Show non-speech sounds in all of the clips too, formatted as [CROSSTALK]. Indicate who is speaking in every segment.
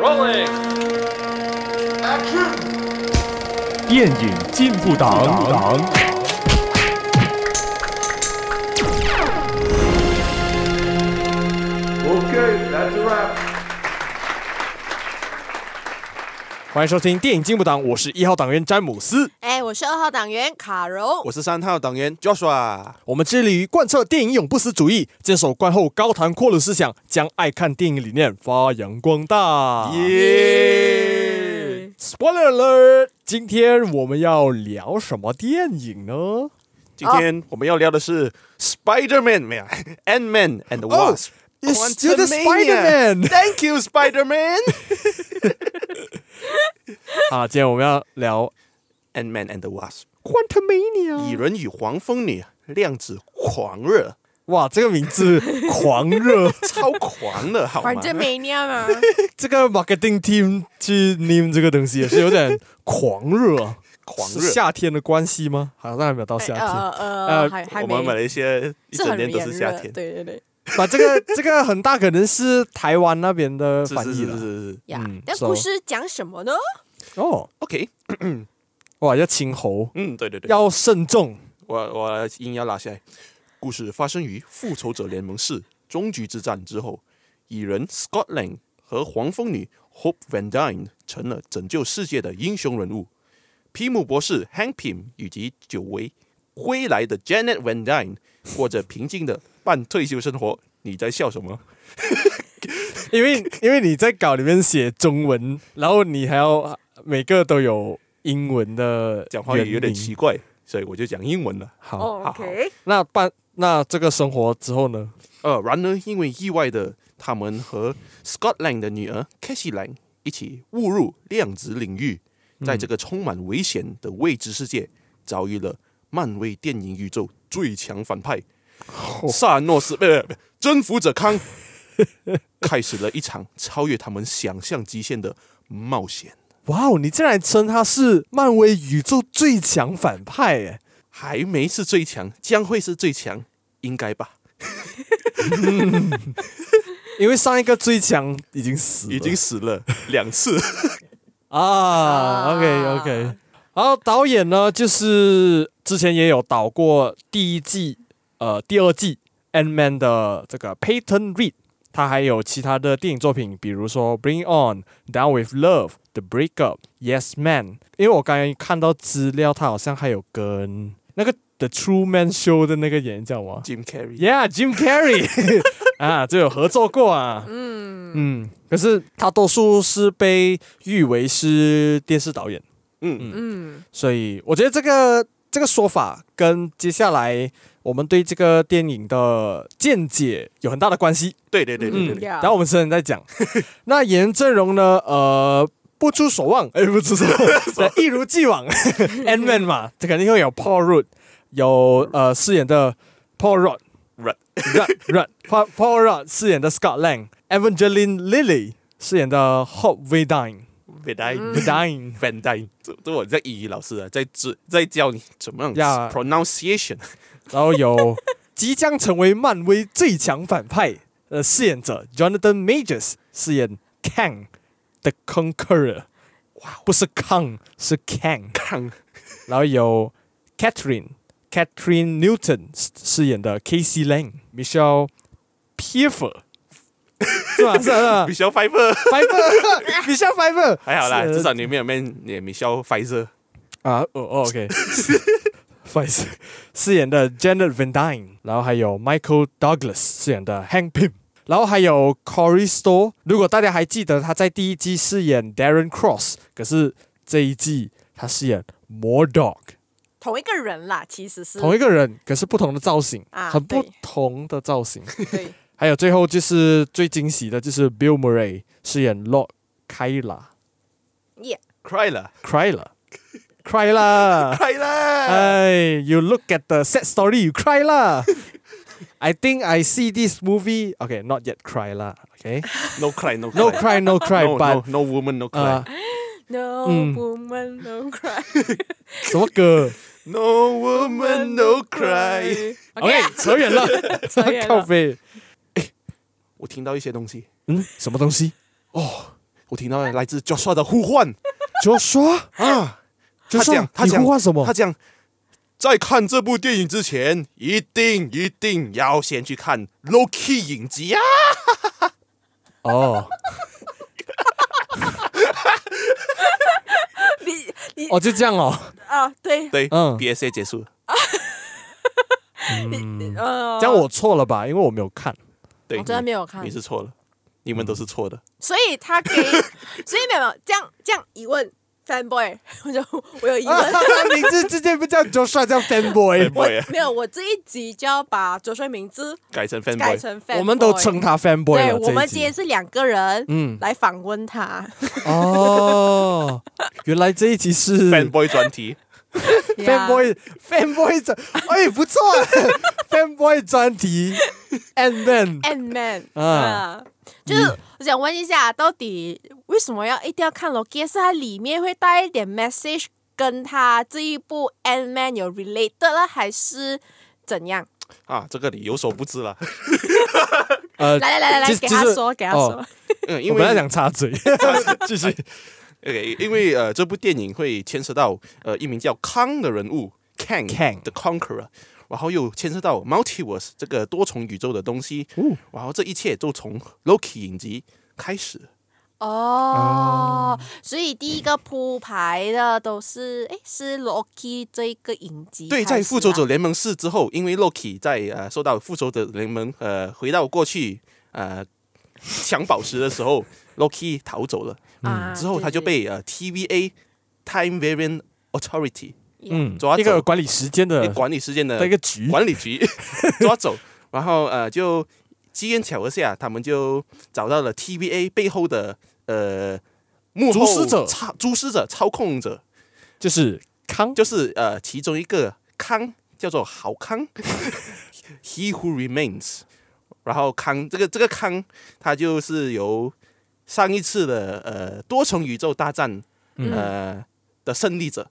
Speaker 1: rolling. Action.
Speaker 2: 电影进步党。
Speaker 1: Okay, that's a wrap.
Speaker 3: 欢迎收听电影进步党，我是一号党员詹姆斯。
Speaker 4: 哎，我是二号党员卡柔。
Speaker 5: 我是三号党员 Joshua。
Speaker 3: 我们致力于贯彻电影永不死主义，坚守观后高谈阔论思想，将爱看电影理念发扬光大。
Speaker 5: 耶！
Speaker 3: Spoiler alert！今天我们要聊什么电影呢？
Speaker 5: 今天我们要聊的是 Spider-Man，没有 Ant-Man and the
Speaker 3: Oh,
Speaker 5: Wasp。
Speaker 3: it's still the
Speaker 5: Quantumania.
Speaker 3: Spider-Man.
Speaker 5: Thank you, Spider-Man.
Speaker 3: 啊，今天我们要聊
Speaker 5: Ant-Man and the Wasp，
Speaker 3: 《Quantumania》。
Speaker 5: 蚁人与黄蜂女，量子狂热，
Speaker 3: 哇，这个名字狂热， [LAUGHS]
Speaker 5: 超狂的，好吗
Speaker 4: 反？正没啊念
Speaker 5: [LAUGHS]
Speaker 4: 嘛，
Speaker 3: 这个 marketing team 去 name 这个东西也是有点狂热啊。
Speaker 5: 狂
Speaker 3: 是
Speaker 5: 热。
Speaker 3: 夏天的关系吗？好像还没有到夏天。
Speaker 4: 呃
Speaker 3: 呃
Speaker 4: 呃，还还
Speaker 5: 我
Speaker 4: 没
Speaker 5: 们，马来西亚一
Speaker 4: 是
Speaker 5: 整
Speaker 4: 很
Speaker 5: 年都是夏
Speaker 4: 炎热
Speaker 5: 天，
Speaker 4: 对对对
Speaker 3: 把这个 [LAUGHS] 这个很大可能是台湾那边的
Speaker 5: 是
Speaker 3: 翻
Speaker 5: 是
Speaker 3: 译
Speaker 5: 是是
Speaker 3: 了
Speaker 5: 是是。
Speaker 4: 呀
Speaker 3: 嗯。
Speaker 4: 但
Speaker 3: so-
Speaker 4: 故事讲什么呢？
Speaker 3: 哦，
Speaker 5: OK，
Speaker 3: 哇，要清喉，
Speaker 5: 嗯，对对对，
Speaker 3: 要慎重。
Speaker 5: 我我音要拉下来。故事发生于《复仇者联盟四：终局之战》之后，蚁人 Scott Lang 和黄蜂女 Hope Van Dyne 成了拯救世界的英雄人物。皮姆博士 Hank Pym 以及久违归来的 Janet Van Dyne 过着平静的半退休生活。你在笑什么？
Speaker 3: 因为 [LAUGHS] 因为你在稿里面写中文，然后你还要每个都有英文的
Speaker 5: 讲话也有点
Speaker 3: 原
Speaker 5: 奇
Speaker 3: 因。
Speaker 5: 怪，所以我就讲英文了。
Speaker 3: 好，
Speaker 4: 哦，OK，
Speaker 3: 那办那这个生活之后呢？
Speaker 5: 呃，然而因为意外的，他们和 Scott Lang 的女儿 Cassie Lang 一起误入量子领域，在这个充满危险的未知世界，遭遇了漫威电影宇宙最强反派、萨诺斯，不不不，征服者康，开始了一场超越他们想象极限的冒险，
Speaker 3: 哇哦，你竟然称他是漫威宇宙最强反派耶！
Speaker 5: 还没是最强，将会是最强，应该吧？
Speaker 3: 因为上一个最强已经死了，
Speaker 5: 已经死了两次，
Speaker 3: 啊，OK
Speaker 4: 啊
Speaker 3: OK，好，导演呢，就是之前也有导过第一季、呃第二季《Ant Man》的这个 Peyton Reed，他还有其他的电影作品，比如说《Bring On》、《Down with Love》、《The Breakup》、《Yes Man》。因为我刚才看到资料，他好像还有跟那个《The True Man Show》的那个演员叫什么
Speaker 5: Jim Carrey。
Speaker 3: ？Yeah，Jim Carrey 啊，就有合作过啊。
Speaker 4: 嗯，
Speaker 3: 嗯，可是他多数是被誉为是电视导演，
Speaker 5: 嗯
Speaker 4: 嗯，
Speaker 3: 所以我觉得这个这个说法跟接下来我们对这个电影的见解有很大的关系。
Speaker 5: 对对对对对
Speaker 4: 嗯
Speaker 5: 对，
Speaker 4: 呀
Speaker 3: 然后我们之前在讲， [LAUGHS] 那演员阵容呢，呃。不出所望，哎，不出所望，一如既 [LAUGHS] 往，Ant Man 嘛，这肯定会有 Paul Rudd，有呃饰演的 Paul Rudd，
Speaker 5: Rudd
Speaker 3: Rudd Rudd Paul [LAUGHS] Paul Rudd 饰演的 Scott Lang，Evangeline Lilly 饰演的 Hope Van Dyne
Speaker 5: Van Dyne，
Speaker 3: Van Dyne，
Speaker 5: Van Dyne，这这我在英语老师啊，在指在教你怎么样
Speaker 3: 呀
Speaker 5: pronunciation。
Speaker 3: 然后有即将成为漫威最强反派的饰演者 Jonathan Majors 饰演 Kang the Conqueror，哇，
Speaker 5: 哦
Speaker 3: 不是 Kang 是 Kang，
Speaker 5: 看，
Speaker 3: 然后有 Catherine Catherine Newton 饰演的 Casey Lang，Michelle Pfeiffer 是吧？是
Speaker 5: [LAUGHS]
Speaker 3: 吧？
Speaker 5: 米
Speaker 3: 是
Speaker 5: 肖
Speaker 3: 吧 [LAUGHS]
Speaker 5: Pfeiffer
Speaker 3: Pfeiffer Michelle Pfeiffer
Speaker 5: 还好啦，
Speaker 3: 是
Speaker 5: 至少你没有 man 你米肖 Pfeiffer。
Speaker 3: 啊，哦哦，OK，不好意思，饰演的 Janet Van Dyne，然后还有 Michael Douglas 饰演的 Hank Pym，然后还有 Corey Store。如果大家还记得他在第一季饰演 Darren Cross，可是这一季他饰演 More Dog，
Speaker 4: 同一个人啦，其实是
Speaker 3: 同一个人，可是不同的造型，
Speaker 4: 啊
Speaker 3: 很不
Speaker 4: 对
Speaker 3: 同的造型。
Speaker 5: [LAUGHS]
Speaker 4: 对，
Speaker 3: 还有最后就是最惊喜的，就是 Bill Murray 饰演 Lord Kyla
Speaker 4: 耶，
Speaker 5: Cry 了
Speaker 4: [LAUGHS]
Speaker 3: Cryla Cryla。
Speaker 5: ，Cry 了，
Speaker 3: 哎，you look at the sad story, you cry [LAUGHS] lah. I think I see this movie. Okay, not yet cry lah. Okay,
Speaker 5: ，No cry，No
Speaker 3: no cry, no cry. but uh,
Speaker 5: No woman，No
Speaker 3: 呃
Speaker 5: cry，No，
Speaker 4: No
Speaker 5: [LAUGHS]
Speaker 3: 嗯
Speaker 4: woman no cry，
Speaker 3: 什么 [LAUGHS] 歌
Speaker 5: woman，No cry。
Speaker 4: [LAUGHS]
Speaker 3: ？OK，扯远 [LAUGHS] 了，
Speaker 4: 扯远了
Speaker 3: 靠背。
Speaker 5: 我听到一些东西，
Speaker 3: 嗯，什么东西？
Speaker 5: 我听到了来自 Joshua 的呼唤
Speaker 3: 就说
Speaker 5: 啊！
Speaker 3: 就
Speaker 5: 他讲他
Speaker 3: Ah. 你
Speaker 5: 讲
Speaker 3: 呼唤什么
Speaker 5: 他？讲，在看这部电影之前，一定一定要先去看《Loki》影集啊！
Speaker 3: 哦
Speaker 4: 你你
Speaker 3: 哦，就这样哦。
Speaker 4: 啊，对，
Speaker 5: 对、
Speaker 3: 嗯
Speaker 5: b s a 结束了，
Speaker 4: 呃，
Speaker 3: 这样我错了吧？因为我没有看。
Speaker 5: 对，
Speaker 4: 我真的没有看
Speaker 5: 你，你是错了，你们都是错的。
Speaker 4: 所以他
Speaker 5: [LAUGHS]
Speaker 4: 给，所以没有没有这样这样疑问，fanboy，我 [LAUGHS] 就我有疑
Speaker 3: [LAUGHS]
Speaker 4: 问。
Speaker 5: [LAUGHS]
Speaker 3: 你这之前不叫 Joshua，叫 fanboy，
Speaker 4: 我
Speaker 5: fanboy 啊
Speaker 4: 没有，我这一集就要把卓帅名字
Speaker 5: 改成
Speaker 4: 改
Speaker 5: fanboy，
Speaker 4: 成 fanboy。
Speaker 3: 我们都称他 fanboy
Speaker 4: 对，
Speaker 3: 了。
Speaker 4: 我们
Speaker 3: 这
Speaker 4: 今
Speaker 3: 一
Speaker 4: 天
Speaker 3: 集
Speaker 4: 是两个人，
Speaker 3: 嗯
Speaker 4: 来访
Speaker 3: [LAUGHS]
Speaker 4: 问他。
Speaker 3: 哦，原来这一集是
Speaker 5: fanboy 专题，
Speaker 3: fanboy fanboy 专，哎，不错
Speaker 5: [LAUGHS]
Speaker 3: ，fanboy 专题 and then
Speaker 4: and man
Speaker 3: 啊嗯
Speaker 4: 啊，就是我想问一下，到底为什么要一定要看 Loki？是它里面会带一点 message，跟它这一部 and man 有 related 了，还是怎样？
Speaker 5: 啊，这个你有所不知了。
Speaker 3: 呃，
Speaker 4: 来来来来
Speaker 3: 其
Speaker 4: 来，
Speaker 3: 实
Speaker 4: 给
Speaker 3: 其
Speaker 4: 他
Speaker 3: 实
Speaker 4: 说，给他
Speaker 3: 哦
Speaker 4: 说。
Speaker 5: 嗯，因
Speaker 3: 我
Speaker 5: 为哎
Speaker 3: 本
Speaker 5: [LAUGHS]
Speaker 3: 来想插嘴，继续。
Speaker 5: OK，因为呃，这部电影会牵涉到呃一名叫康的人物 Kang
Speaker 3: Kang
Speaker 5: the Conqueror，然后又牵涉到 Multiverse 这个多重宇宙的东西，
Speaker 3: 哦
Speaker 5: 然后这一切都从 Loki 影集开始。
Speaker 4: 哦，
Speaker 3: 嗯
Speaker 4: 所以第一个铺排的都是，诶，是 Loki 这一个影集开
Speaker 5: 对，
Speaker 4: 始啊。
Speaker 5: 在复仇者联盟四之后，因为 Loki 在呃受到复仇者联盟呃回到过去呃抢宝石的时候，Loki 逃走了，
Speaker 3: 嗯
Speaker 4: 啊，
Speaker 5: 之后他就
Speaker 4: 对
Speaker 5: 被呃 TVA Time Variant Authority
Speaker 4: 对对
Speaker 3: 嗯
Speaker 5: 抓，走
Speaker 3: 一个管理时间的
Speaker 5: 管理事件的
Speaker 3: 的一嗯个局，
Speaker 5: 管理
Speaker 3: [LAUGHS]
Speaker 5: 局抓走，然后呃就机缘巧合下，他们就找到了 TVA 背后的呃幕后
Speaker 3: 主使者
Speaker 5: 操主使者操控者，
Speaker 3: 就是康
Speaker 5: 就是呃其中一个康叫做豪
Speaker 3: [LAUGHS]
Speaker 5: 康，He Who Remains，然后康这个这个康他就是由上一次的呃多重宇宙大战
Speaker 3: 嗯
Speaker 5: 呃的胜利者，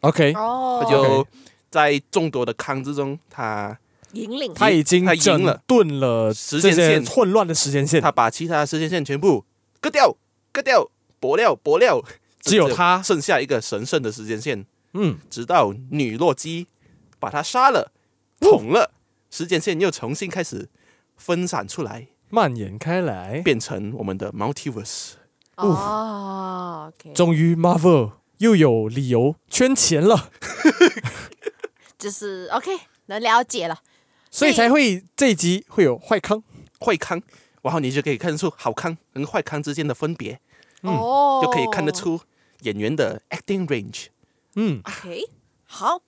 Speaker 3: OK，
Speaker 4: 哦，
Speaker 5: 他就在众多的康之中，他
Speaker 4: 引领
Speaker 3: 他已经
Speaker 5: 他赢了
Speaker 3: 整顿了
Speaker 5: 时
Speaker 3: 这
Speaker 5: 间
Speaker 3: 些
Speaker 5: 线
Speaker 3: 混乱的时间线，
Speaker 5: 他把其他的时间线全部割掉、割掉、剥掉、剥掉，
Speaker 3: [LAUGHS] 只有他
Speaker 5: 剩下一个神圣的时间线，
Speaker 3: 嗯，
Speaker 5: 直到女洛基把他杀了、捅了，时间线又重新开始分散出来，
Speaker 3: 蔓延开来。
Speaker 5: 变成我们的 multiverse。
Speaker 4: 哦，OK，
Speaker 3: 终于 Marvel 又有理由圈钱了，
Speaker 4: 就是 OK，能了解了。
Speaker 3: 所以才会这一集会有坏康。
Speaker 5: 坏康，然后你就可以看出好康跟坏康之间的分别，
Speaker 4: 哦，
Speaker 5: 嗯就可以看得。出演员的 acting
Speaker 3: [LAUGHS]
Speaker 5: range。
Speaker 3: 嗯，
Speaker 4: OK，好，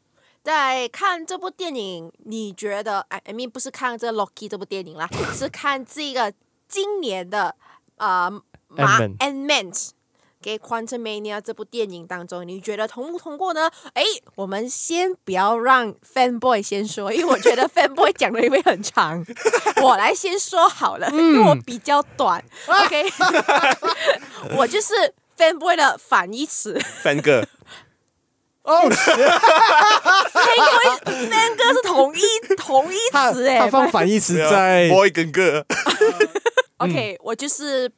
Speaker 4: 在看这部电影，你觉得哎，I mean 不是看这 Loki 这部电影啦，是看这个今年的呃马
Speaker 3: Ant-Man
Speaker 4: and Man 给《Quantum Mania》这部电影当中，你觉得通不通过呢？哎，我们先不要让 Fanboy 先说，因为我觉得 Fanboy 讲的会很长， [LAUGHS] 我来先说好了，因为
Speaker 3: 嗯
Speaker 4: 我比较短。OK，我就是 Fanboy 的反义词。 [LAUGHS]
Speaker 5: 翻哥，
Speaker 3: 哦，
Speaker 4: 因为三哥是同一同义
Speaker 3: 他
Speaker 4: 词哎
Speaker 3: 他。放反义词
Speaker 5: 对啊
Speaker 3: 在
Speaker 5: boy 跟
Speaker 3: [LAUGHS]
Speaker 5: 哥，
Speaker 3: 嗯
Speaker 4: OK，我就是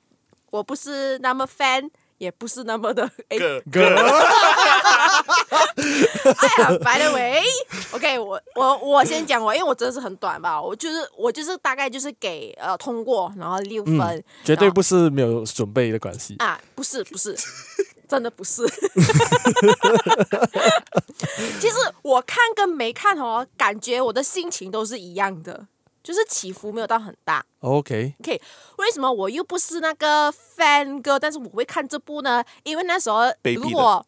Speaker 4: 我不是那么 fan，也不是那么的哎
Speaker 5: 哥
Speaker 3: [LAUGHS] 哥，
Speaker 4: [LAUGHS] 哎呀，by the way，OK，我我我先讲我，因为我真的是很短吧，我就是我就是大概就是给呃通过，然后六分，
Speaker 3: 嗯，绝对不是没有准备的关系。
Speaker 4: 啊，不是不是，真的不是。 [LAUGHS] 其实我看跟没看哦，感觉我的心情都是一样的，就是起伏没有到很大。
Speaker 3: OK，
Speaker 4: OK，为什么我又不是那个 fan 哥，但是我会看这部呢？因为那时候
Speaker 5: 被逼的
Speaker 4: 如果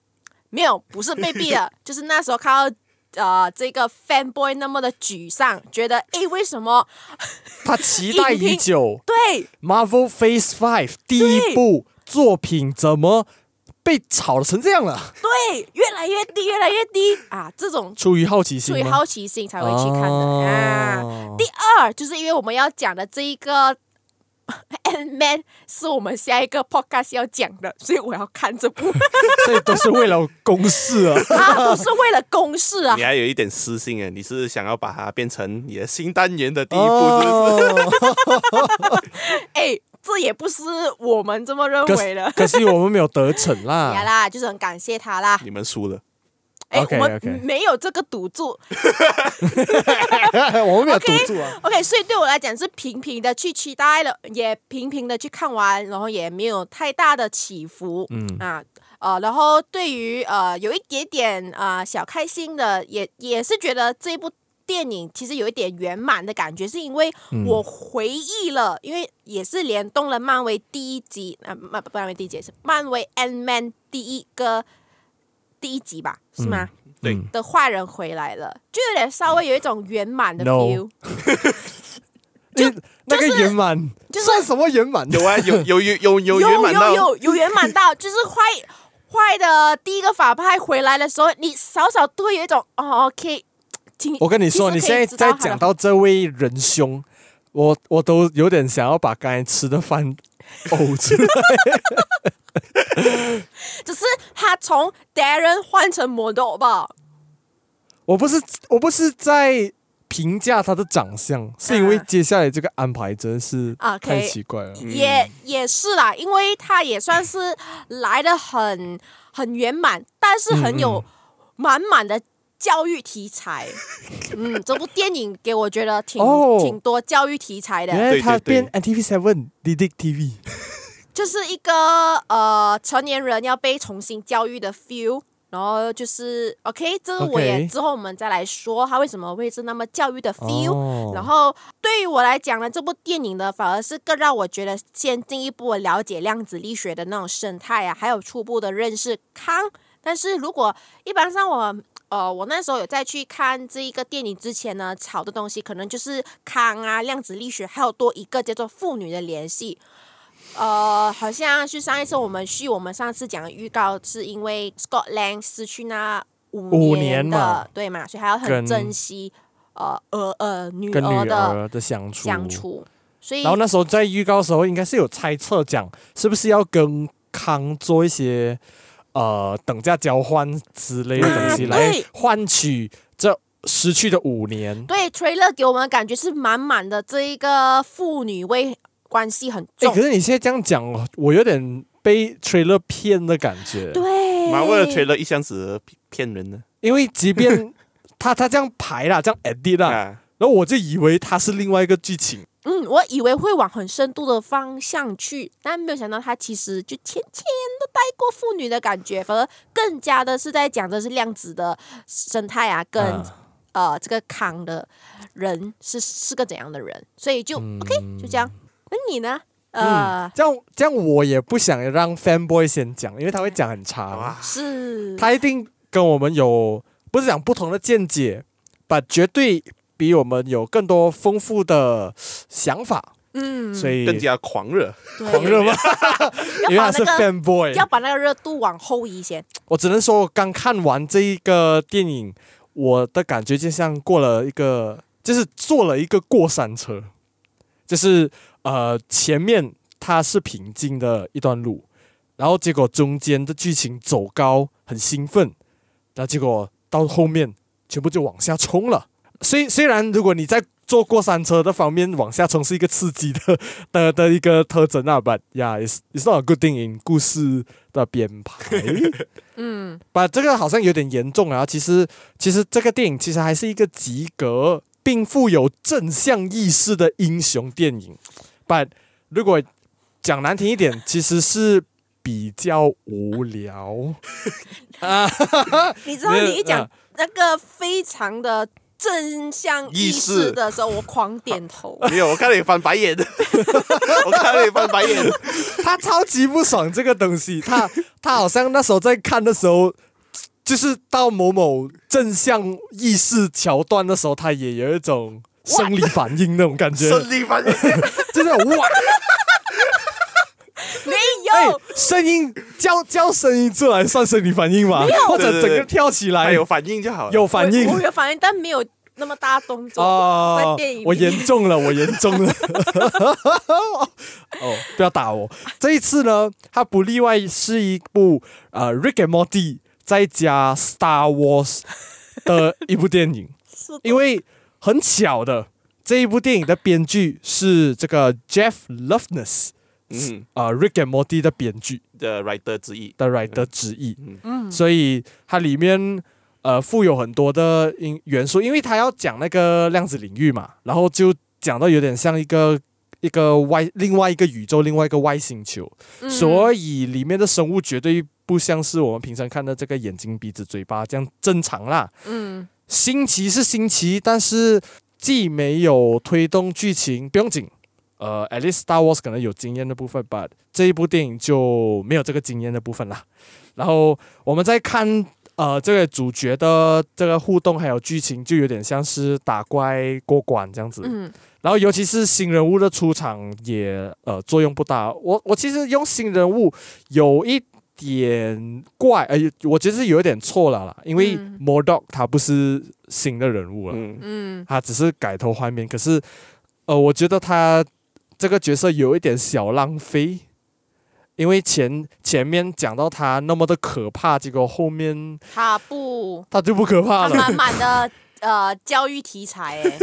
Speaker 4: 没有不是被逼
Speaker 3: [LAUGHS]
Speaker 4: 的，就是那时候看到呃这个 fanboy 那么的沮丧，觉得诶为什么
Speaker 3: 他期待已 [LAUGHS] 久
Speaker 4: 对
Speaker 3: Marvel Phase Five 第一部作品怎么被炒成这样了？
Speaker 4: 对越来越低越来越低啊这种
Speaker 3: 出于好奇心
Speaker 4: 出
Speaker 3: 吗，
Speaker 4: 于好奇心才会去看
Speaker 3: [LAUGHS]
Speaker 4: 的、啊。
Speaker 3: 哦
Speaker 4: 第二就是因为我们要讲的这一个 [LAUGHS] Ant Man 是我们下一个 podcast 要讲的，所以我要看这
Speaker 3: [LAUGHS]
Speaker 4: 部
Speaker 3: 所以都是为了公式啊。
Speaker 4: 啊，都是为了公式啊
Speaker 5: 你。还有一点私心哎，你是想要
Speaker 4: [LAUGHS]
Speaker 5: 把它变成你的新单元的第一步，是不是？
Speaker 3: 哦，
Speaker 4: 哎，这这也不是我们这么认
Speaker 3: 可
Speaker 4: 为的
Speaker 3: 是。可啊惜我们没有得逞
Speaker 4: [LAUGHS] 呀
Speaker 3: 啦。
Speaker 4: 啦，就是很感谢他啦。
Speaker 5: 你们输了，
Speaker 4: 哎
Speaker 3: OK，
Speaker 4: 我们
Speaker 3: OK
Speaker 4: 没有这个赌注。
Speaker 3: [LAUGHS] 我们没有赌注啊。
Speaker 4: OK，所以对我来讲是平平的去期待了，也平平的去看完，然后也没有太大的起伏。
Speaker 3: 嗯
Speaker 4: 啊，呃，然后对于呃有一点点呃小开心的，也也是觉得这部电影其实有一点圆满的感觉，是因为
Speaker 3: 嗯
Speaker 4: 我回忆了，因为也是联动了漫威第一集啊，漫不漫威第一集是漫威 Ant Man 第一个第一集吧，是吗？
Speaker 5: 对
Speaker 3: 嗯
Speaker 4: 的坏人回来了，就有点稍微有一种圆满的
Speaker 3: No
Speaker 4: feel。
Speaker 3: 你那个圆满
Speaker 4: 就是
Speaker 3: 算什么圆满？
Speaker 5: 有啊，有有有有有圆满
Speaker 4: 有
Speaker 5: 到，
Speaker 4: 有有圆满到，就是坏坏的第一个法派回来的时候，你少少都会有一种哦，OK，请
Speaker 3: 我跟你说，
Speaker 4: 其
Speaker 3: 你
Speaker 4: 实可
Speaker 3: 现
Speaker 4: 以
Speaker 3: 在
Speaker 4: 知道
Speaker 3: 在
Speaker 4: 他的
Speaker 3: 讲到这位仁兄，我我都有点想要把刚才吃的饭呕出来。
Speaker 4: [LAUGHS] 只是他从 Darren 换成 Model 吧，
Speaker 3: 我不是我不是在评价他的长相，是因为接下来这个安排真是
Speaker 4: 啊可以
Speaker 3: 太奇怪了。嗯
Speaker 4: 也也是啦，因为他也算是来的很很圆满，但是很
Speaker 3: 嗯
Speaker 4: 有满满的。教育题
Speaker 3: [LAUGHS]
Speaker 4: 材，嗯，这部电影给我觉得挺、
Speaker 3: 哦
Speaker 4: 挺多教育题材的。
Speaker 3: 原来
Speaker 5: 对
Speaker 3: 他
Speaker 5: 对对
Speaker 3: 变 NTV Seven d i d i c TV，
Speaker 4: 就是一个呃成年人要被重新教育的 feel。然后就是 OK，这个
Speaker 3: OK
Speaker 4: 我也之后我们再来说它为什么会是那么教育的 feel、
Speaker 3: 哦
Speaker 4: 然后对于我来讲呢，这部电影呢反而是更让我觉得先进一步的了解量子力学的那种生态啊，还有初步的认识康。但是如果一般上我呃，我那时候有在去看这一个电影之前呢，炒的东西可能就是康啊、量子力学，还有多一个叫做父女的联系。呃，好像是上一次我们去，我们上次讲的预告是因为 Scott Lang 失去那五
Speaker 3: 五
Speaker 4: 年
Speaker 3: 年
Speaker 4: 的，
Speaker 3: 嘛
Speaker 4: 对嘛，所以还要很
Speaker 3: 跟
Speaker 4: 珍惜呃儿呃女
Speaker 3: 跟
Speaker 4: 儿
Speaker 3: 女
Speaker 4: 的
Speaker 3: 儿的相处
Speaker 4: 相。处，所以
Speaker 3: 然后那时候在预告的时候，应该是有猜测讲是不是要跟康做一些呃等价交换之类的东西，
Speaker 4: 啊
Speaker 3: 来
Speaker 4: 对
Speaker 3: 换取这失去的五年。
Speaker 4: 对 trailer 给我们的感觉是满满的这一个父女为关系很
Speaker 3: 哎、
Speaker 4: 重，
Speaker 3: 可是你现在这样讲，我我有点被 trailer 骗的感觉。
Speaker 4: 对，
Speaker 5: 马为了吹了一箱子骗人呢
Speaker 3: 因为即便他他这样排啦，这样 edit
Speaker 4: [LAUGHS]
Speaker 3: 啦，
Speaker 5: 啊！
Speaker 3: 然后我就以为他是另外一个剧情，
Speaker 4: 嗯，我以为会往很深度的方向去，但没有想到他其实就浅浅的带过妇女的感觉，反而更加的是在讲的是量子的生态啊，跟、
Speaker 3: 啊
Speaker 4: 呃这个康的人是是个怎样的人，所以就、OK
Speaker 3: 嗯
Speaker 4: 就这样。那你呢？呃，
Speaker 3: 这样这样我也不想让 fanboy 先讲，因为他会讲很长，
Speaker 5: 哇，
Speaker 4: 是
Speaker 3: 他一定跟我们有不是讲不同的见解，但绝对比我们有更多丰富的想法，
Speaker 4: 嗯，
Speaker 3: 所以
Speaker 5: 更加狂热，
Speaker 3: 狂热
Speaker 4: 对， [LAUGHS]
Speaker 3: 吗？因为他
Speaker 4: 要把
Speaker 3: 是
Speaker 4: 那个
Speaker 3: fanboy，
Speaker 4: 要把那个热度往后移先。
Speaker 3: 我只能说，我刚看完这一个电影，我的感觉就像过了一个，就是坐了一个过山车，就是呃，前面它是平静的一段路，然后结果中间的剧情走高，很兴奋，然后结果到后面全部就往下冲了。虽虽然如果你在坐过山车的方面往下冲是一个刺激的的的一个特征啊，but yeah, it's it's not a good thing in 故事的编排。
Speaker 4: 嗯，
Speaker 3: 把这个好像有点严重啊。其实，其实这个电影其实还是一个及格并富有正向意识的英雄电影。但如果讲难听一点，其实是比较无聊。
Speaker 4: 你知道
Speaker 3: 没有
Speaker 4: 你一讲
Speaker 3: 啊
Speaker 4: 那个非常的正向意
Speaker 5: 意
Speaker 4: 识
Speaker 5: 识
Speaker 4: 的时候，我狂点头。
Speaker 5: 没有，我看到你翻白眼，我看到你翻白眼，
Speaker 3: 他超级不爽这个东西，他他好像那时候在看的时候。就是到某某正向意识桥段的时候，他也有一种生理反应那种感觉，
Speaker 5: 胜利翻眼，
Speaker 3: 就是哇，
Speaker 4: 没
Speaker 3: [LAUGHS] 哎
Speaker 4: 有，，
Speaker 3: 声音叫叫声音出来算生理反应吗？或者整个跳起
Speaker 5: 还
Speaker 3: 来
Speaker 5: 有反应就好了。
Speaker 3: 有反应
Speaker 4: 我我有反应，但没有那么大动作。在
Speaker 3: 哦
Speaker 4: 电影里，
Speaker 3: 我严重了，我严重了。 [LAUGHS] 哦，不要打我。这一次呢，它不例外是一部呃《Rick and Morty》再加《Star Wars》的一部电影。[LAUGHS]
Speaker 4: [LAUGHS] 是的
Speaker 3: 因为很巧的，这一部电影的编剧是这个 Jeff Loveness，
Speaker 5: 嗯
Speaker 3: 呃 Rick and Morty 的编剧
Speaker 5: 的 writer 之一，
Speaker 3: 的 writer 之一，
Speaker 5: 嗯
Speaker 4: 嗯，
Speaker 3: 所以它里面呃富有很多的因元素，因为它要讲那个量子领域嘛，然后就讲到有点像一个一个外另外一个宇宙，另外一个外星球，
Speaker 4: 嗯
Speaker 3: 所以里面的生物绝对不像是我们平常看的这个眼睛、鼻子、嘴巴这样正常啦。
Speaker 4: 嗯
Speaker 3: 新奇是新奇，但是既没有推动剧情，不用紧。呃，at least Star Wars 可能有经验的部分吧，这一部电影就没有这个经验的部分啦。然后我们再看呃这个主角的这个互动还有剧情，就有点像是打怪过关这样子。
Speaker 4: 嗯
Speaker 3: 然后尤其是新人物的出场也呃作用不大。我我其实用新人物有一点怪，呃，我觉得是有一点错了啦，因为
Speaker 4: 嗯
Speaker 3: Mordok 他不是新的人物了，
Speaker 5: 嗯
Speaker 4: 嗯
Speaker 3: 他只是改头换面。可是呃，我觉得他这个角色有一点小浪费。因为前前面讲到他那么的可怕，结果后面
Speaker 4: 他不，
Speaker 3: 他就不可怕了，
Speaker 4: 他满满的呃教育题材哎，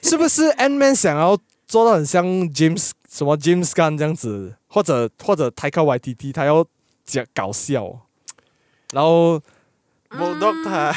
Speaker 3: 是不是 Ant Man 想要做到很像 James 什么 James Gunn 这样子，或者或者 Taika YTT 他要讲搞笑，然后
Speaker 5: 我 doctor，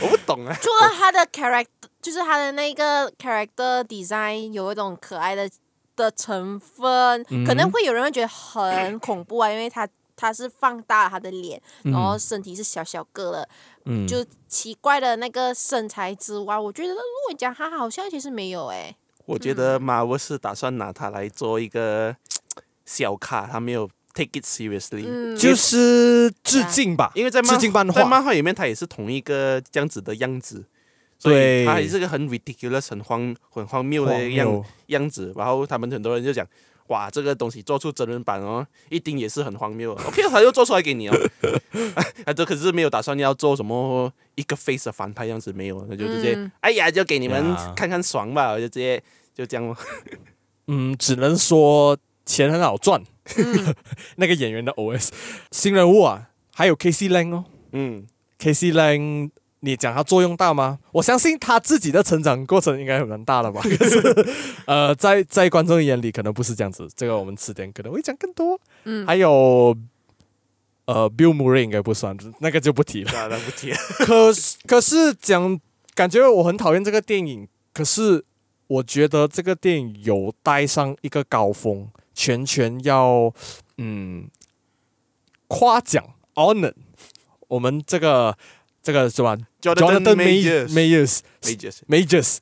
Speaker 5: 我不懂啊，
Speaker 4: 除了他的 character，就是他的那个 character design 有一种可爱的的成分，
Speaker 3: 嗯
Speaker 4: 可能会有人会觉得很恐怖啊，因为他他是放大了他的脸，然后身体是小小个的，
Speaker 3: 嗯
Speaker 4: 就奇怪的那个身材之外，我觉得如果讲他好像其实没有哎、
Speaker 5: 我觉得 Marvel 是打算拿它来做一个小卡，他没有 take it seriously，
Speaker 4: 嗯，
Speaker 3: 就是致敬吧，
Speaker 5: 因为在
Speaker 3: 致
Speaker 5: 漫
Speaker 3: 敬漫
Speaker 5: 在
Speaker 3: 画，
Speaker 5: 漫画里面它也是同一个这样子的样子，所
Speaker 3: 对，
Speaker 5: 以它也是个很 ridiculous、很荒、很荒谬
Speaker 3: 荒
Speaker 5: 的样
Speaker 3: 谬
Speaker 5: 样子。然后他们很多人就讲，哇，这个东西做出真人版哦，一定也是很荒谬。OK，他又啊做出来给你哦， [LAUGHS] 啊，这可是没有打算要做什么一个 face 的反派样子，没有，那就直接，
Speaker 4: 嗯
Speaker 5: 哎呀，就给你们
Speaker 3: 呀
Speaker 5: 看看爽吧，我就直接就这样哦。
Speaker 3: 嗯，只能说钱很好赚。 [LAUGHS] 那个演员的 OS 新人物啊，还有 K C Lang 哦
Speaker 5: 嗯， [LAUGHS]
Speaker 3: ，K C Lang。你讲他作用大吗？我相信他自己的成长过程应该蛮大了吧。可是，呃，在在观众眼里可能不是这样子。这个我们迟点可能会讲更多。
Speaker 4: 嗯
Speaker 3: 还有，呃，Bill Murray 应该不算，那个就不提了。
Speaker 5: 当啊然不提了。
Speaker 3: 可是可是讲，感觉我很讨厌这个电影，可是我觉得这个电影有带上一个高峰，全权要嗯夸奖 honor 我们这个这个什么 Jonathan May-
Speaker 5: Majors，
Speaker 3: Mayers
Speaker 5: Majors
Speaker 3: Majors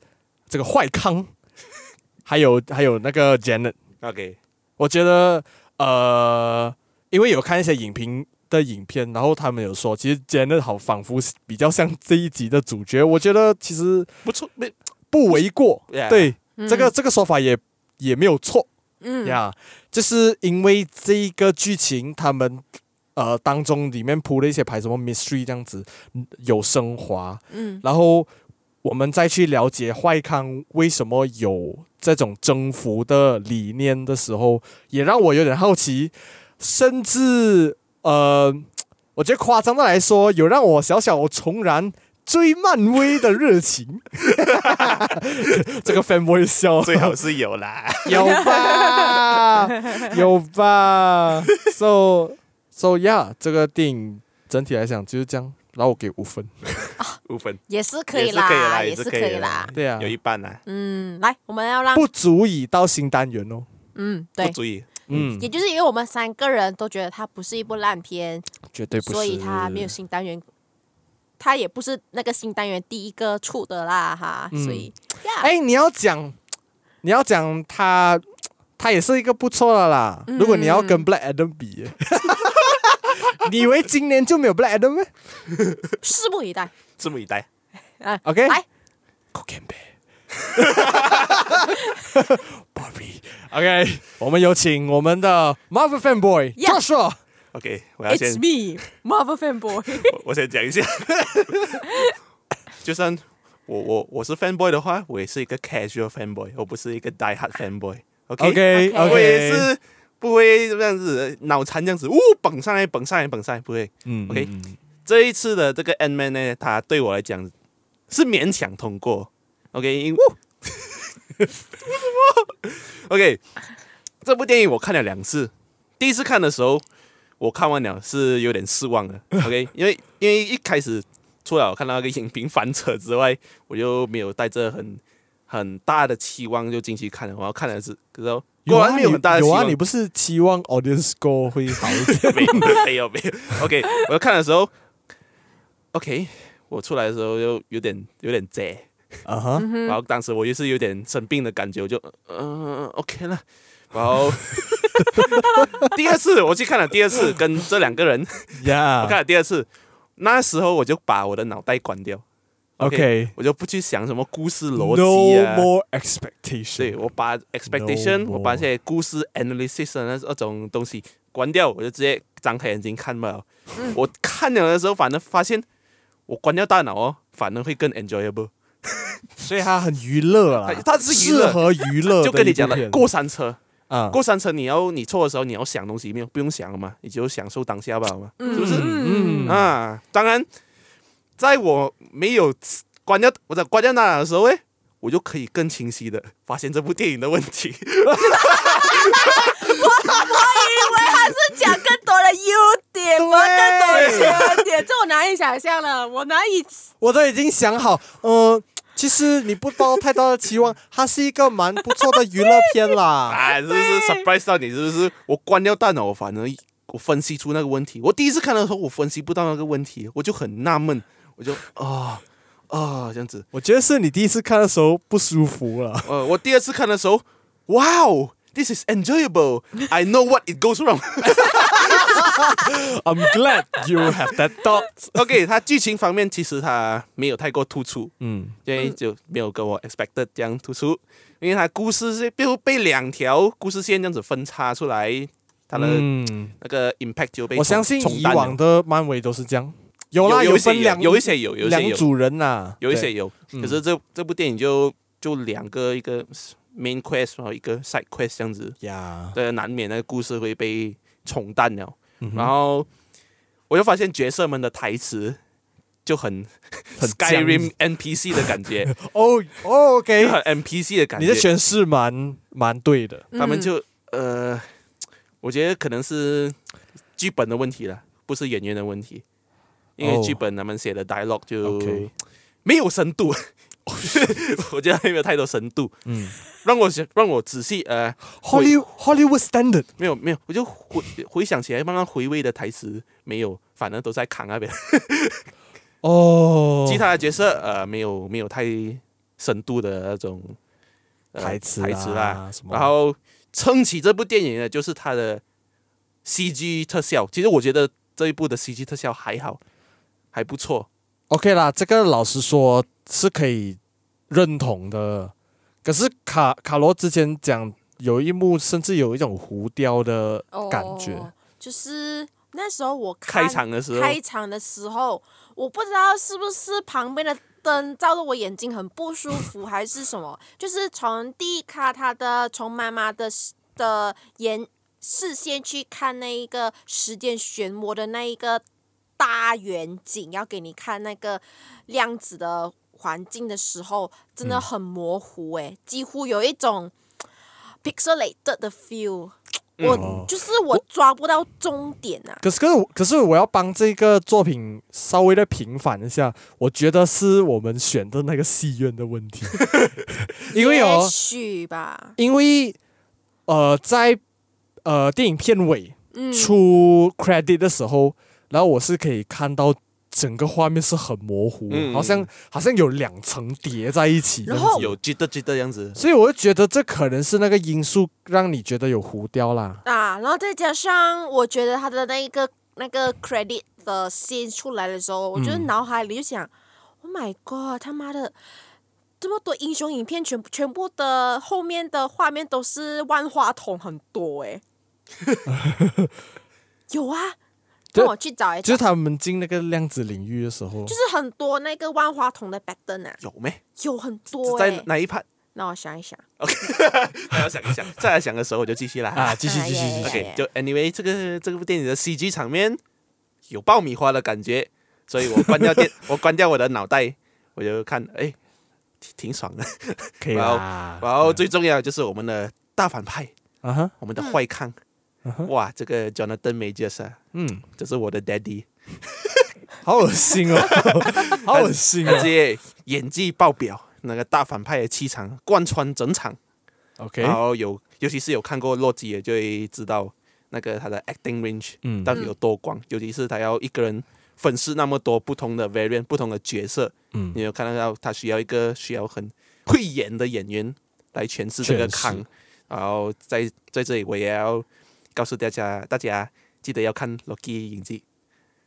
Speaker 3: 这个坏康，还有还有那个 Janet，
Speaker 5: ，OK，
Speaker 3: 我觉得呃，因为有看一些影评的影片，然后他们有说，其实 Janet 好仿佛是比较像这一集的主角，我觉得其实
Speaker 5: 不错，没
Speaker 3: 不为过。
Speaker 5: Yeah
Speaker 3: 对，
Speaker 4: 嗯
Speaker 3: 这个这个说法也也没有错
Speaker 4: 嗯
Speaker 3: 呀就是因为这一个剧情，他们呃当中里面铺了一些牌，什么 mystery 这样子，嗯有升华，
Speaker 4: 嗯
Speaker 3: 然后我们再去了解坏康为什么有这种征服的理念的时候，也让我有点好奇，甚至呃，我觉得夸张的来说，有让我小小重燃追漫威的热 [LAUGHS] 情。这个 fanboy 笑
Speaker 5: 最好是有
Speaker 3: [LAUGHS]
Speaker 5: 啦。
Speaker 3: 有吧，有吧。So so yeah，这个电影整体来讲就是这样，然后我给五分。
Speaker 5: 五分，
Speaker 4: 也是可
Speaker 5: 也
Speaker 4: 以
Speaker 5: 是可以
Speaker 4: 啦，
Speaker 5: 啦，
Speaker 4: 也
Speaker 5: 也
Speaker 4: 是
Speaker 5: 是
Speaker 4: 可
Speaker 5: 可
Speaker 4: 以
Speaker 5: 以
Speaker 4: 啦
Speaker 5: 啦，，
Speaker 3: 对啊
Speaker 5: 有一半啦，
Speaker 4: 嗯，来，我们要让
Speaker 3: 不足以到新单元哦。
Speaker 4: 嗯
Speaker 5: 不
Speaker 4: 对。
Speaker 5: 足以。
Speaker 3: 嗯
Speaker 4: 也，就是因为我们三个人都觉得它不是一部烂片，
Speaker 3: 绝对不是。
Speaker 4: 所以它没有新单元，它也不是那个新单元第一个出的啦哈，
Speaker 3: 嗯
Speaker 4: 所以呀，
Speaker 3: 哎，你要讲，你要讲他，他也是一个不错的啦。
Speaker 4: 嗯
Speaker 3: 如果你要跟 Black Adam 比，你以为今年就没有 Black Adam 吗
Speaker 4: 拭目以待。
Speaker 5: 拭目以待。
Speaker 4: 啊
Speaker 3: ？OK，
Speaker 4: 来，
Speaker 3: OK，我们有请我们的 Marvel fanboy
Speaker 4: Yeah
Speaker 3: Joshua。
Speaker 5: OK，我要先
Speaker 4: ，It's me, Marvel fanboy。
Speaker 5: 我 [LAUGHS] 我先讲一下，就算我我我是 fanboy 的话，我也是一个 casual fanboy，我不是一个 die hard fanboy。OK，,
Speaker 3: OK
Speaker 4: OK
Speaker 5: 我
Speaker 3: OK，
Speaker 5: 也是不会这样子呃脑残这样子，呜、蹦上来，蹦上来，蹦上来，不会。
Speaker 3: 嗯
Speaker 5: OK
Speaker 3: 嗯
Speaker 5: 这一次的这个 N Man 呢，它对我来讲是勉强通过。OK，因为为什么？OK，这部电影我看了两次，第一次看的时候，我看完了是有点失望的，OK，因为因为一开始除了我看到那个影评翻车之外，我就没有带着很很大的期望就进去看了，我要看的是，可是
Speaker 3: 有
Speaker 5: 果然
Speaker 3: 啊，
Speaker 5: 没有很大的
Speaker 3: 你
Speaker 5: 期
Speaker 3: 有啊，
Speaker 5: 望，
Speaker 3: 你不是期望 audience score 会好一
Speaker 4: [LAUGHS]
Speaker 3: 点？
Speaker 5: 没有没有没有，OK，我看的时候，OK，我出来的时候又有点有点贼。
Speaker 3: 啊哈，
Speaker 5: 然后当时我也是有点生病的感觉，我就嗯、呃、OK 了。然后 [LAUGHS] 第二次我去看了第二次，跟这两个人我看
Speaker 3: 呀
Speaker 5: 了第二次，那时候我就把我的脑袋关掉
Speaker 3: ，OK，
Speaker 5: 我就不去想什么故事逻
Speaker 3: No
Speaker 5: 辑啊。
Speaker 3: more expectation。
Speaker 5: 对，我把 expectation，、
Speaker 3: No
Speaker 5: 我把这些故事 analysis 的那那种东西关掉，我就直接张开眼睛看吧。我看了的时候，反而发现我关掉大脑哦，反而会更 enjoyable。
Speaker 3: 所以它很娱乐啦，
Speaker 5: 它它是娱乐
Speaker 3: 适合娱乐的
Speaker 5: 就
Speaker 3: 一部片，
Speaker 5: 跟你讲的，过山车。
Speaker 3: 啊，
Speaker 5: 过山车你要你错的时候你要想东西没有不用想了嘛，你就享受当下吧好吗？
Speaker 4: 是
Speaker 5: 是不是
Speaker 4: [LAUGHS]
Speaker 3: 嗯
Speaker 5: 啊，当然，在我没有关掉我在关掉那的时候，哎，我就可以更清晰的发现这部电影的问题。
Speaker 4: 因为他是讲更多的优点，我更多的缺点，这我难以想象了，我难以
Speaker 3: 我都已经想好，嗯，其实你不抱太大的期望，它是一个蛮不错的娱乐片啦。
Speaker 5: [LAUGHS] 啊，是不是 surprise 到你？是不是？我关掉大脑，反而我分析出那个问题。我第一次看的时候，我分析不到那个问题，我就很纳闷，我就啊啊这样子。
Speaker 3: 我觉得是你第一次看的时候不舒服
Speaker 5: [LAUGHS]
Speaker 3: 了，
Speaker 5: 呃，我第二次看的时候，哇哦，this is enjoyable. I know what it goes wrong. [LAUGHS]
Speaker 3: I'm glad you have that thought。
Speaker 5: OK，它剧情方面其实它没有太过突出，
Speaker 3: [LAUGHS] 嗯，
Speaker 5: 因为就没有跟我 expected 这样突出，因为它故事是被被两条故事线这样子分叉出来，它的
Speaker 3: 嗯，
Speaker 5: 那个 impact 就被
Speaker 3: 我相信
Speaker 5: 冲
Speaker 3: 以
Speaker 5: 冲淡了
Speaker 3: 往的漫威都是这样，有啦，
Speaker 5: 有一些
Speaker 3: 分两
Speaker 5: 有一些有有一些
Speaker 3: 两
Speaker 5: 有
Speaker 3: 组人呐，
Speaker 5: 有一些
Speaker 3: 对
Speaker 5: 有，
Speaker 3: 嗯
Speaker 5: 可是这这部电影就就两个一个 main quest 然后一个 side quest 这样子，
Speaker 3: 呀，
Speaker 5: 对，难免那个故事会被冲淡了。
Speaker 3: 嗯哼
Speaker 5: 然后我就发现角色们的台词就很
Speaker 3: 很
Speaker 5: Skyrim NPC 的感
Speaker 3: [LAUGHS]
Speaker 5: 觉，
Speaker 3: 哦
Speaker 5: [LAUGHS]
Speaker 3: 哦
Speaker 5: 就
Speaker 3: ，OK，
Speaker 5: 很 NPC 的感
Speaker 3: 你
Speaker 5: 觉
Speaker 3: 的。诠释蛮蛮对的。
Speaker 5: 他们就呃，我觉得可能是剧本的问题了，不是演员的问题，因为
Speaker 3: 哦
Speaker 5: 剧本他们写的 dialog 就
Speaker 3: OK 哦
Speaker 5: 没有深度， [LAUGHS] 我觉得没有太多深度，
Speaker 3: 嗯
Speaker 5: 让我想让我仔细呃回
Speaker 3: ，Hollywood Hollywood standard，
Speaker 5: 没有没有，我就回回想起来，慢慢回味的台词没有，反而都在扛那边。
Speaker 3: 哦，
Speaker 5: 其他的角色呃没有没有太深度的那种、呃
Speaker 3: 台词
Speaker 5: 台词
Speaker 3: 啊
Speaker 5: 啦
Speaker 3: 什，么
Speaker 5: 然后撑起这部电影呢，就是它的 CG 特效。其实我觉得这一部的 CG 特效还好，还不错。
Speaker 3: OK 啦，这个老实说是可以认同的。可是卡卡罗之前讲有一幕，甚至有一种浮雕的感觉。
Speaker 4: 哦就是那时候我看
Speaker 5: 开场的时候，
Speaker 4: 开场的时候，我不知道是不是旁边的灯照得我眼睛很不舒服， [LAUGHS] 还是什么，就是从第一卡他的从妈妈的视的眼视线去看那一个时间漩涡的那一个大远景，要给你看那个量子的环境的时候，真的很模糊诶、几乎有一种 pixelated 的 feel。我
Speaker 5: 嗯
Speaker 4: 就是我抓不到终点啊！
Speaker 3: 可是，可是我，可是我要帮这个作品稍微的平反一下。我觉得是我们选的那个戏院的问 [LAUGHS] 题，因为
Speaker 4: 也
Speaker 3: 哦，
Speaker 4: 许吧，
Speaker 3: 因为呃，在呃电影片尾
Speaker 4: 嗯，
Speaker 3: 出 credit 的时候，然后我是可以看到整个画面是很模糊，
Speaker 5: 嗯
Speaker 3: 好像好像有两层叠在一起这样
Speaker 4: 然
Speaker 3: 子。
Speaker 4: 后
Speaker 5: 有 jitter jitter 这样子，
Speaker 3: 所以我就觉得这可能是那个因素让你觉得有糊掉啦。
Speaker 4: 啊，然后再加上我觉得他的那一个那个 credit 的 scene 出来的时候，我就是脑海里就想、o h my god，他妈的！这么多英雄影片，全全部的后面的画面都是万花筒，很多诶。有啊，
Speaker 3: 就
Speaker 4: 让我去找一
Speaker 3: 就是
Speaker 4: 找，就
Speaker 3: 他们进那个量子领域的时候，
Speaker 4: 是很多那个万花筒的 pattern 啊，
Speaker 5: 有没？
Speaker 4: 有很多
Speaker 5: 在
Speaker 4: 诶。
Speaker 5: 哪一 part？
Speaker 4: 那我想一想，
Speaker 5: 再来想一想， [LAUGHS] 再来想的时候我就继续啦。
Speaker 3: 啊，继续
Speaker 4: 哎
Speaker 3: 继续
Speaker 4: 呀
Speaker 3: 继
Speaker 4: 呀
Speaker 3: 续，
Speaker 5: OK，就 anyway，这个这部电影的 CG 场面有爆米花的感觉，所以我关掉
Speaker 3: [LAUGHS]
Speaker 5: 电，我关掉我的脑袋，我就看，哎，挺挺爽的。
Speaker 3: [LAUGHS] 可以
Speaker 5: 然后
Speaker 3: 啦。
Speaker 5: 然后最重要的就是我们的大反派
Speaker 3: 啊哈，
Speaker 5: 我们的坏康。哇，这个 Jonathan Majors 啊，
Speaker 3: 嗯，
Speaker 5: 这是我的 daddy，
Speaker 3: 好恶心
Speaker 4: [LAUGHS]
Speaker 3: 哦，好恶心
Speaker 5: 他
Speaker 3: 哦
Speaker 5: 直。接演技爆表，那个大反派的气场贯穿整场。
Speaker 3: OK，
Speaker 5: 然后有，尤其是有看过《洛基》的，就会知道那个他的 acting range
Speaker 3: 嗯
Speaker 5: 到底有多广，尤其是他要一个人粉饰那么多不同的 variant、不同的角色，
Speaker 3: 嗯
Speaker 5: 你有看得到他需要一个需要很会演的演员来诠释这个
Speaker 3: 诠释
Speaker 5: 康。然后在在这里，我也要告诉大家，大家记得要看《洛基》影集。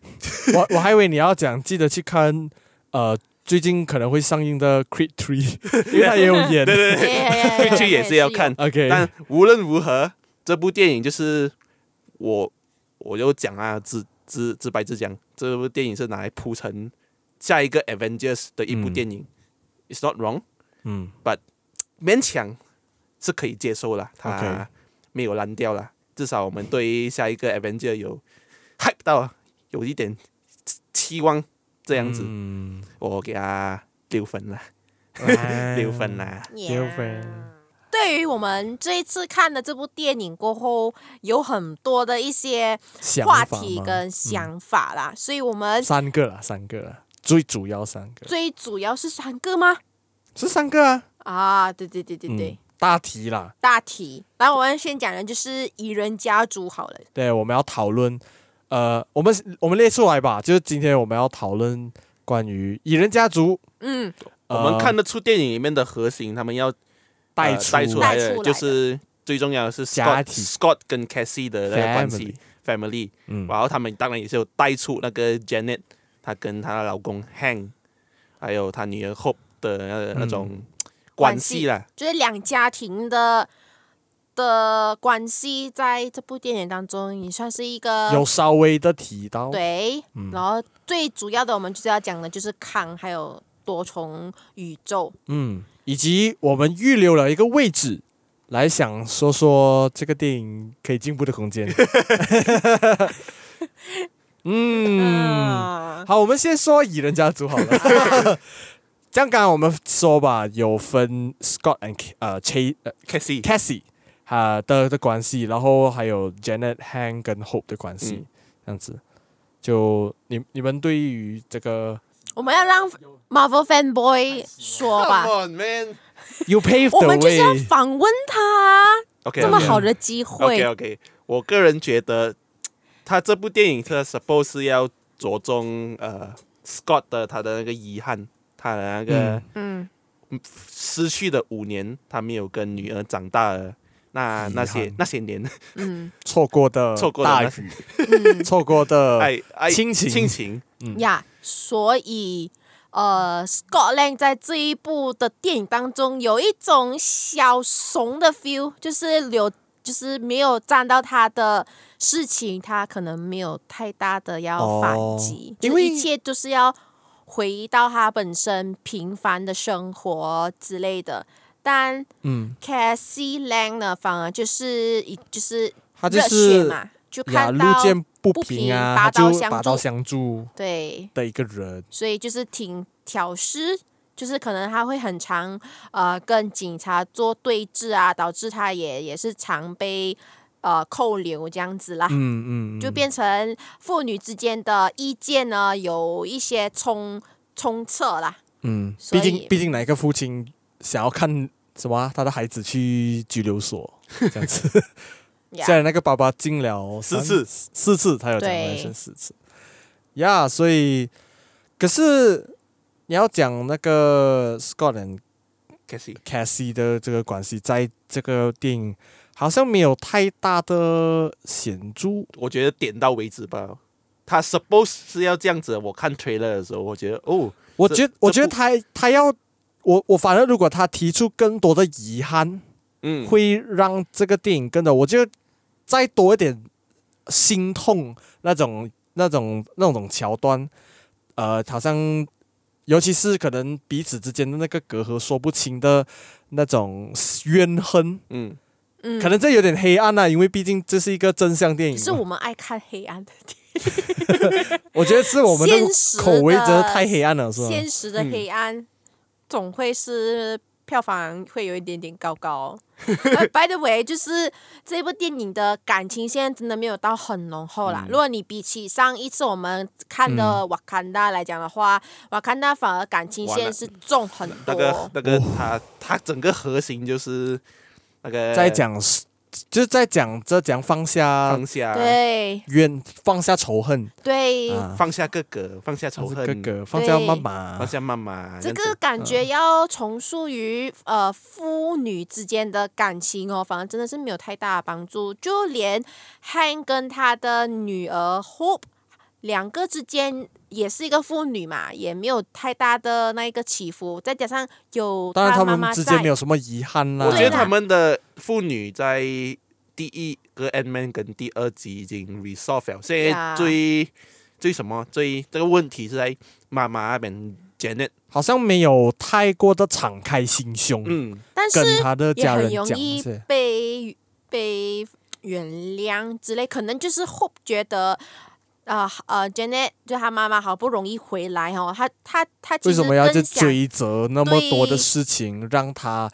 Speaker 3: [LAUGHS] 我我还以为你要讲，记得去看呃最近可能会上映的《Creed Three》，因为
Speaker 5: [LAUGHS]
Speaker 3: 他也有演。对 [LAUGHS]
Speaker 4: 哎
Speaker 3: 对
Speaker 4: 回
Speaker 5: 去也是要看，
Speaker 3: OK，
Speaker 5: 但无论如何，这部电影就是我，我就讲啊，直直直白直讲，这部电影是拿来铺成下一个 Avengers 的一部
Speaker 3: 嗯
Speaker 5: 电影。It's not wrong，
Speaker 3: 嗯
Speaker 5: 勉强是可以接受啦，
Speaker 3: OK
Speaker 5: 它没有烂掉啦，至少我们对于下一个 Avenger 有 hype 到，有一点期期望这样子，
Speaker 3: 嗯，
Speaker 5: 我给他六分啦， [LAUGHS]
Speaker 3: 哎
Speaker 5: 六分啦。
Speaker 3: 六分。
Speaker 4: 对于我们这一次看的这部电影过后，有很多的一些
Speaker 3: 想
Speaker 4: 话
Speaker 3: 法
Speaker 4: 题
Speaker 3: 吗嗯
Speaker 4: 跟想法啦，所以我们
Speaker 3: 三个啦，三个啦，最主要三个
Speaker 4: 最主要是三个吗？
Speaker 3: 是三个啊，
Speaker 4: 啊，对对对对对，
Speaker 3: 嗯，大题啦，
Speaker 4: 大题。来，我们先讲的就是蚁人家族好了，
Speaker 3: 对，我们要讨论，呃，我们我们列出来吧，就是今天我们要讨论关于蚁人家族，
Speaker 4: 嗯，
Speaker 3: 呃
Speaker 5: 我们看得出电影里面的核心，他们要
Speaker 3: 带
Speaker 5: 呃
Speaker 3: 出
Speaker 5: 带出来
Speaker 4: 带
Speaker 5: 的
Speaker 4: 出来的
Speaker 5: 就是最重要的是
Speaker 3: 家
Speaker 5: Scott
Speaker 3: 庭
Speaker 5: Scott 跟 Cassie 的那个关系 family，
Speaker 3: 嗯
Speaker 5: 然后他们当然也是有带出那个 Janet，她跟她的老公 Hank，还有她女儿 Hope 的那那
Speaker 3: 嗯
Speaker 5: 种关系啦。
Speaker 4: 就是两家庭的的关系，在这部电影当中也算是一个
Speaker 3: 有稍微的提到，
Speaker 4: 对，
Speaker 3: 嗯
Speaker 4: 然后最主要的我们就是要讲的就是康还有多重宇宙，
Speaker 3: 嗯，以及我们预留了一个位置来想说说这个电影可以进步的空
Speaker 4: [LAUGHS]
Speaker 3: 间。嗯，
Speaker 4: 嗯，
Speaker 3: 好，我们先说蚁人家族好
Speaker 4: [LAUGHS]
Speaker 3: 了。这样刚刚我们说吧，有分 Scott and K- 呃 Chase 呃
Speaker 5: Cassie，
Speaker 3: Cassie 啊、的的关系，然后还有 Janet、Hank 跟 Hope 的关系，
Speaker 5: 嗯
Speaker 3: 这样子。就你你们对于这个
Speaker 4: 我们要让 Marvel fanboy 说吧，
Speaker 5: Come on man，
Speaker 3: You paved
Speaker 4: [LAUGHS] 我
Speaker 3: the
Speaker 4: 们就是要
Speaker 3: way，
Speaker 4: 访问他，
Speaker 5: OK，
Speaker 4: 这么好的机
Speaker 5: OK
Speaker 4: 会，
Speaker 5: OK，我个人觉得他这部电影它 suppose 是要着重呃 Scott 的他的那个遗憾，他的那个、
Speaker 3: 嗯
Speaker 4: 嗯，
Speaker 5: 失去的五年，他没有跟女儿长大了。那
Speaker 3: 遗憾
Speaker 5: 那些那些年，
Speaker 4: 嗯
Speaker 3: 错过的
Speaker 5: 错过的
Speaker 3: 大
Speaker 5: 那哎
Speaker 3: 雨，
Speaker 4: 嗯
Speaker 3: 错过的
Speaker 5: 爱爱
Speaker 3: 呃亲情
Speaker 5: 亲情，
Speaker 3: 嗯
Speaker 4: 呀，所以。呃，Scotland 在这一部的电影当中有一种小怂的 feel，就是有，就是没有占到他的事情，他可能没有太大的要反击，
Speaker 3: 哦因
Speaker 4: 就
Speaker 3: 为
Speaker 4: 是一切都是要回到他本身平凡的生活之类的。但
Speaker 3: 嗯，
Speaker 4: Cassie Lang 呢，反而就是一就是
Speaker 3: 他就
Speaker 4: 热血
Speaker 3: 是
Speaker 4: 嘛，就
Speaker 3: 呀
Speaker 4: 看
Speaker 3: 路
Speaker 4: 到
Speaker 3: 见不
Speaker 4: 不
Speaker 3: 平
Speaker 4: 平
Speaker 3: 啊，
Speaker 4: 拔
Speaker 3: 他
Speaker 4: 刀
Speaker 3: 就
Speaker 4: 相
Speaker 3: 拔刀
Speaker 4: 助
Speaker 3: 相助
Speaker 4: 对，
Speaker 3: 的一个人，
Speaker 4: 所以就是挺挑事，就是可能他会很常呃跟警察做对峙啊，导致他也也是常被呃扣留这样子啦。
Speaker 3: 嗯嗯，
Speaker 4: 就
Speaker 3: 嗯
Speaker 4: 变成父女之间的意见呢有一些冲冲刺啦，
Speaker 3: 嗯，
Speaker 4: 所
Speaker 3: 毕
Speaker 4: 以
Speaker 3: 竟毕竟哪一个父亲想要看什么啊他的孩子去拘留所这样子？
Speaker 4: [LAUGHS] 呀
Speaker 3: 虽然那个爸爸进了
Speaker 5: 四
Speaker 3: 三
Speaker 5: 次
Speaker 3: 四次，他有讲
Speaker 4: 对
Speaker 3: 来生四次，呀、所以可是你要讲那个 Scott and
Speaker 5: Cassie
Speaker 3: Cassie 的这个关系，在这个电影好像没有太大的显著，
Speaker 5: 我觉得点到为止吧。他 suppose 是要这样子的。我看 trailer 的时候，我觉得哦，
Speaker 3: 我
Speaker 5: 这
Speaker 3: 觉
Speaker 5: 这
Speaker 3: 我觉得
Speaker 5: 部
Speaker 3: 他他要我我反正如果他提出更多的遗憾，
Speaker 5: 嗯，
Speaker 3: 会让这个电影更的，我觉得再多一点心痛那种、那种、那种桥段，呃，好像尤其是可能彼此之间的那个隔阂说不清的那种怨恨，
Speaker 5: 嗯，
Speaker 4: 嗯，
Speaker 3: 可能这有点黑暗啊，因为毕竟这是一个真相电影嘛，
Speaker 4: 是我们爱看黑暗的
Speaker 3: 我觉得是我们的
Speaker 4: 现实的
Speaker 5: 嗯
Speaker 3: 口味真的太黑暗了，是吧？
Speaker 4: 现实的黑暗，总会是票房会有一点点高高。 [LAUGHS] 呃 By the way，就是这部电影的感情线真的没有到很浓
Speaker 5: 嗯
Speaker 4: 厚啦。如果你比起上一次我们看的《瓦坎达》来讲的话，瓦坎达》反而感情
Speaker 5: 完
Speaker 4: 线
Speaker 5: 了
Speaker 4: 是重很
Speaker 5: 那个
Speaker 4: 多。
Speaker 5: 那个他他整个核心就是那个
Speaker 3: 在讲是，就是在讲这讲放下
Speaker 5: 放下
Speaker 4: 对
Speaker 3: 冤，放下仇恨，
Speaker 4: 对，
Speaker 3: 啊
Speaker 5: 放下哥哥，放下仇
Speaker 3: 放下
Speaker 5: 恨，
Speaker 3: 哥哥，放下妈
Speaker 5: 放
Speaker 3: 妈，
Speaker 5: 下妈妈，
Speaker 4: 这
Speaker 5: 样
Speaker 4: 个
Speaker 5: 子
Speaker 4: 感觉
Speaker 3: 嗯
Speaker 4: 要重塑于呃父女之间的感情哦，反而真的是没有太大的帮助。就连汉跟他的女儿 Hope 两个之间也是一个父女嘛，也没有太大的那一个起伏，再加上有
Speaker 3: 当然
Speaker 4: 他
Speaker 3: 他
Speaker 4: 妈
Speaker 3: 们
Speaker 4: 妈
Speaker 3: 之
Speaker 4: 在
Speaker 3: 间没有什么遗憾啦。
Speaker 5: 我觉
Speaker 4: 对
Speaker 5: 得
Speaker 4: 啦
Speaker 5: 他们的妇女在第一个 N Man 跟第二集已经 resolve 了，现
Speaker 4: 呀
Speaker 5: 在最最什么最这个问题是在妈妈那边 Janet，
Speaker 3: 好像没有太过的敞开心胸，
Speaker 5: 嗯，
Speaker 4: 但是
Speaker 3: 跟他的
Speaker 4: 也
Speaker 3: 家
Speaker 4: 很
Speaker 3: 人
Speaker 4: 容
Speaker 3: 讲
Speaker 4: 易
Speaker 3: 是。
Speaker 4: 被被原谅之类，可能就是 Hope 觉得。啊呃，Janet 就她妈妈好不容易回来哦，她她她其
Speaker 3: 为
Speaker 4: 实
Speaker 3: 什么要去
Speaker 4: 更想
Speaker 3: 追责那么多的
Speaker 4: 对
Speaker 3: 事情，让他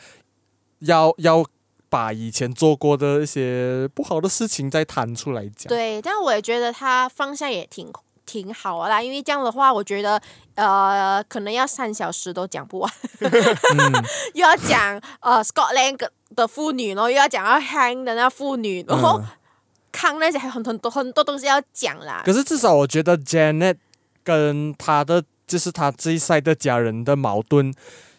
Speaker 3: 要要把以前做过的一些不好的事情再摊出来讲？
Speaker 4: 对，但我也觉得他方向也挺挺好的啦，因为这样的话，我觉得呃，可能要三小时都讲不完，
Speaker 3: 嗯
Speaker 4: [LAUGHS] 又要讲呃 Scotland 的妇女，然后又要讲到 Hang 的那妇女，然后
Speaker 3: 嗯
Speaker 4: 康那些还有很很多很多东西要讲啦。
Speaker 3: 可是至少我觉得 Janet 跟他的就是他这一赛的家人的矛盾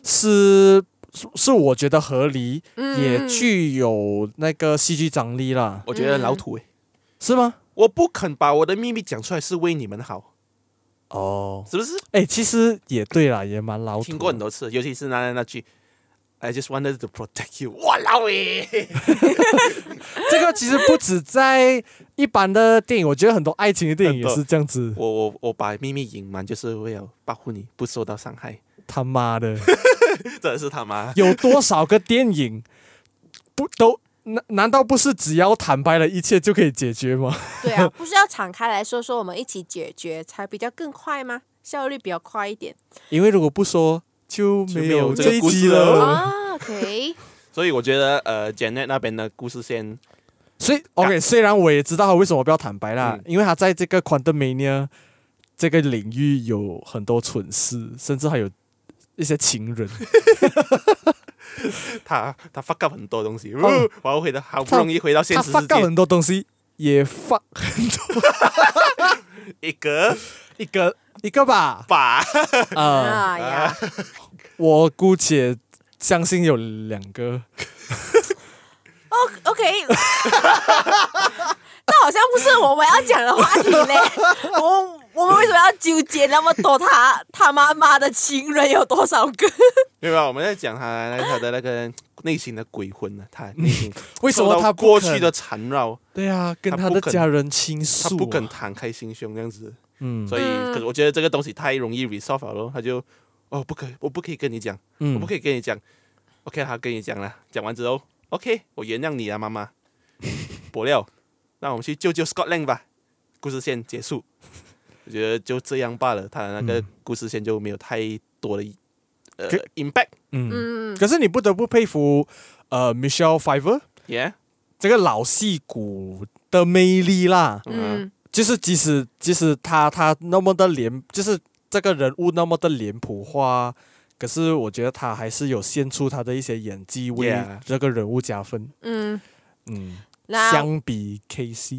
Speaker 3: 是是是我觉得合理，
Speaker 4: 嗯
Speaker 3: 也具有那个戏剧张力啦，
Speaker 5: 我觉得老土诶、欸
Speaker 3: 是吗？
Speaker 5: 嗯我不肯把我的秘密讲出来是为你们好，
Speaker 3: 哦，
Speaker 5: 是不是？
Speaker 3: 哎，其实也对啦，也蛮老土的。
Speaker 5: 听过很多次，尤其是那那句 I just wanted to protect you，哇老诶，
Speaker 3: 这个其实不止在一般的电影，我 [LAUGHS] 觉得很多爱情的电影也是这样子。
Speaker 5: [LAUGHS] 我我我把秘密隐瞒就是为了保护你不受到伤害，
Speaker 3: 他妈的，
Speaker 5: [LAUGHS] 真的是他妈。
Speaker 3: 有多少个电影不都难？难道不是只要坦白了一切就可以解决吗？
Speaker 4: 对啊，不是要敞开来说说，我们一起解决才比较更快吗？效率比较快一点
Speaker 3: 因为如果不说，就没有
Speaker 5: 就没有这个
Speaker 3: 这一集
Speaker 5: 故事
Speaker 3: 了。
Speaker 4: 啊。OK，
Speaker 3: [LAUGHS]
Speaker 5: 所以我觉得呃，Janet 那边的故事线
Speaker 3: 所以，OK，虽然我也知道他为什么不要坦白啦
Speaker 5: 啊嗯，
Speaker 3: 因为他在这个 quantum mania 这个领域有很多蠢事，甚至还有一些情
Speaker 5: [LAUGHS]
Speaker 3: 人。
Speaker 5: 他他 fuck up 很多东西，
Speaker 3: 哦
Speaker 5: 我要回到好不容易回到现
Speaker 3: 他
Speaker 5: 实
Speaker 3: fuck
Speaker 5: 世
Speaker 3: up
Speaker 5: 界，
Speaker 3: 很多东西，也 fuck
Speaker 5: [LAUGHS] 一个，
Speaker 3: 一个一个吧
Speaker 5: [LAUGHS] 把
Speaker 3: 啊、
Speaker 4: 啊呀，
Speaker 3: 我姑且相信有两个，
Speaker 4: 哦 OK，那好像不是我们要讲的话题嘞。 [LAUGHS] 我我们为什么要纠结那么多他？他妈妈的情人有多少个？
Speaker 5: 对吧？我们在讲他他的那个内心的鬼魂呢，他内心
Speaker 3: [LAUGHS] 为什么
Speaker 5: 受到
Speaker 3: 他不
Speaker 5: 过
Speaker 3: 肯
Speaker 5: 去的缠绕，
Speaker 3: 对啊，跟
Speaker 5: 他
Speaker 3: 他
Speaker 5: 不
Speaker 3: 的
Speaker 5: 肯
Speaker 3: 家人倾诉、
Speaker 5: 他
Speaker 3: 啊，
Speaker 5: 不肯敞开心胸这样子，
Speaker 3: 嗯
Speaker 5: 所以
Speaker 4: 嗯
Speaker 5: 可是我觉得这个东西太容易 resolve 了咯，他就哦不可以，我不可以跟你讲，我
Speaker 3: 嗯
Speaker 5: 不可以跟你讲，OK，他跟你讲了，讲完之后，OK，我原谅你了，妈妈，不料，那我们去救救 Scotland 吧，故事线结束，我觉得就这样罢了，他的那个
Speaker 3: 嗯
Speaker 5: 故事线就没有太多的、呃
Speaker 3: 可
Speaker 5: impact，
Speaker 3: 嗯。
Speaker 4: 嗯，
Speaker 3: 可是你不得不佩服呃 Michelle Pfeiffer
Speaker 5: yeah，
Speaker 3: 这个老戏骨的魅力啦，
Speaker 5: 嗯
Speaker 4: 嗯，
Speaker 3: 就是即使即使他他那么的脸，就是这个人物那么的脸谱化。可是我觉得他还是有献出他的一些演技，为
Speaker 5: Yeah
Speaker 3: 这个人物加分。
Speaker 4: 嗯，
Speaker 3: 嗯，
Speaker 4: 那
Speaker 3: 相比 K C，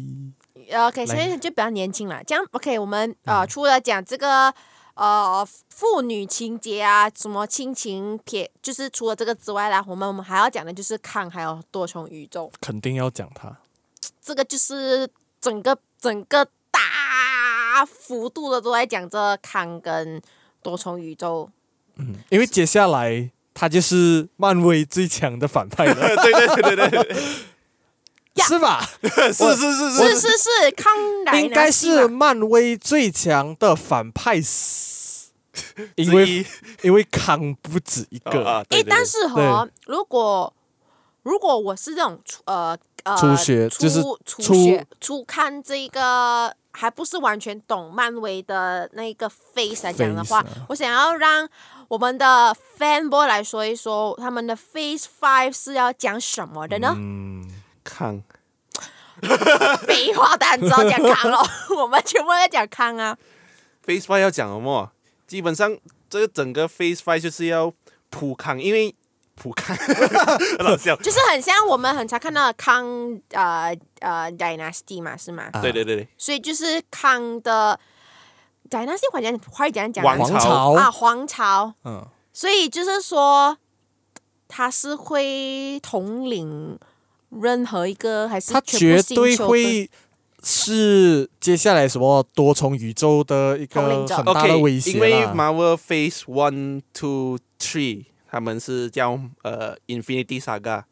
Speaker 4: 呃 OK，所以就比较年轻了。这样 OK，我们呃，除了讲这个呃父女情节啊，什么亲情撇，就是除了这个之外啦，我们我们还要讲的就是康还有多重宇宙。
Speaker 3: 肯定要讲他。
Speaker 4: 这个就是整个整个大幅度的都在讲这康跟多重宇宙。
Speaker 3: 因为接下来他就是漫威最强的反派了，
Speaker 5: [LAUGHS] 对对对对对对，
Speaker 3: [LAUGHS]
Speaker 4: 呀
Speaker 3: 是吧？
Speaker 5: [LAUGHS] 是是是
Speaker 4: 是是是，康来
Speaker 3: 应该
Speaker 4: 拿
Speaker 3: 是
Speaker 4: 西嘛
Speaker 3: 漫威最强的反派死， [LAUGHS] 因为因为康不止一
Speaker 5: 个
Speaker 3: 个，
Speaker 5: 啊，对
Speaker 4: 诶，
Speaker 5: 对
Speaker 4: 但
Speaker 5: 对
Speaker 4: 是哈，如果如果我是这种初呃
Speaker 5: 啊
Speaker 4: 呃
Speaker 3: 初学
Speaker 4: 初
Speaker 3: 就是
Speaker 4: 初
Speaker 3: 初
Speaker 4: 学初看这个。还不是完全懂漫威的那个 face 来讲的话
Speaker 3: Face 啊
Speaker 4: 我想要让我们的 fanboy 来说一说，他们的 Phase Five 是要讲什么的呢？
Speaker 3: 嗯
Speaker 5: 康
Speaker 4: 废话，当然知道讲康了， [LAUGHS] 我们全部都在讲康啊。
Speaker 5: Face Five 要讲什么？基本上这个整个 Face Five 就是要普康，因为普康 [LAUGHS] 老笑。
Speaker 4: 就是很像我们很常看到的康呃呃 dynasty 嘛，是吗？
Speaker 5: 对对对对，
Speaker 4: 所以就是康的 dynasty 华人华语怎样讲
Speaker 5: 王
Speaker 4: 啊？
Speaker 3: 皇朝，
Speaker 4: 啊，皇朝。
Speaker 3: 嗯，
Speaker 4: 所以就是说，他是会统领任何一个，还是
Speaker 3: 他
Speaker 4: 全
Speaker 3: 绝
Speaker 4: 部星
Speaker 3: 对
Speaker 4: 球都
Speaker 3: 会是接下来什么多重宇宙的一
Speaker 4: 统
Speaker 3: 个
Speaker 4: 领者
Speaker 3: 很大
Speaker 5: OK，
Speaker 3: 的威胁
Speaker 5: 因为
Speaker 3: 啦
Speaker 5: Marvel Phase One、Two、Three，他们是叫呃 Infinity Saga，、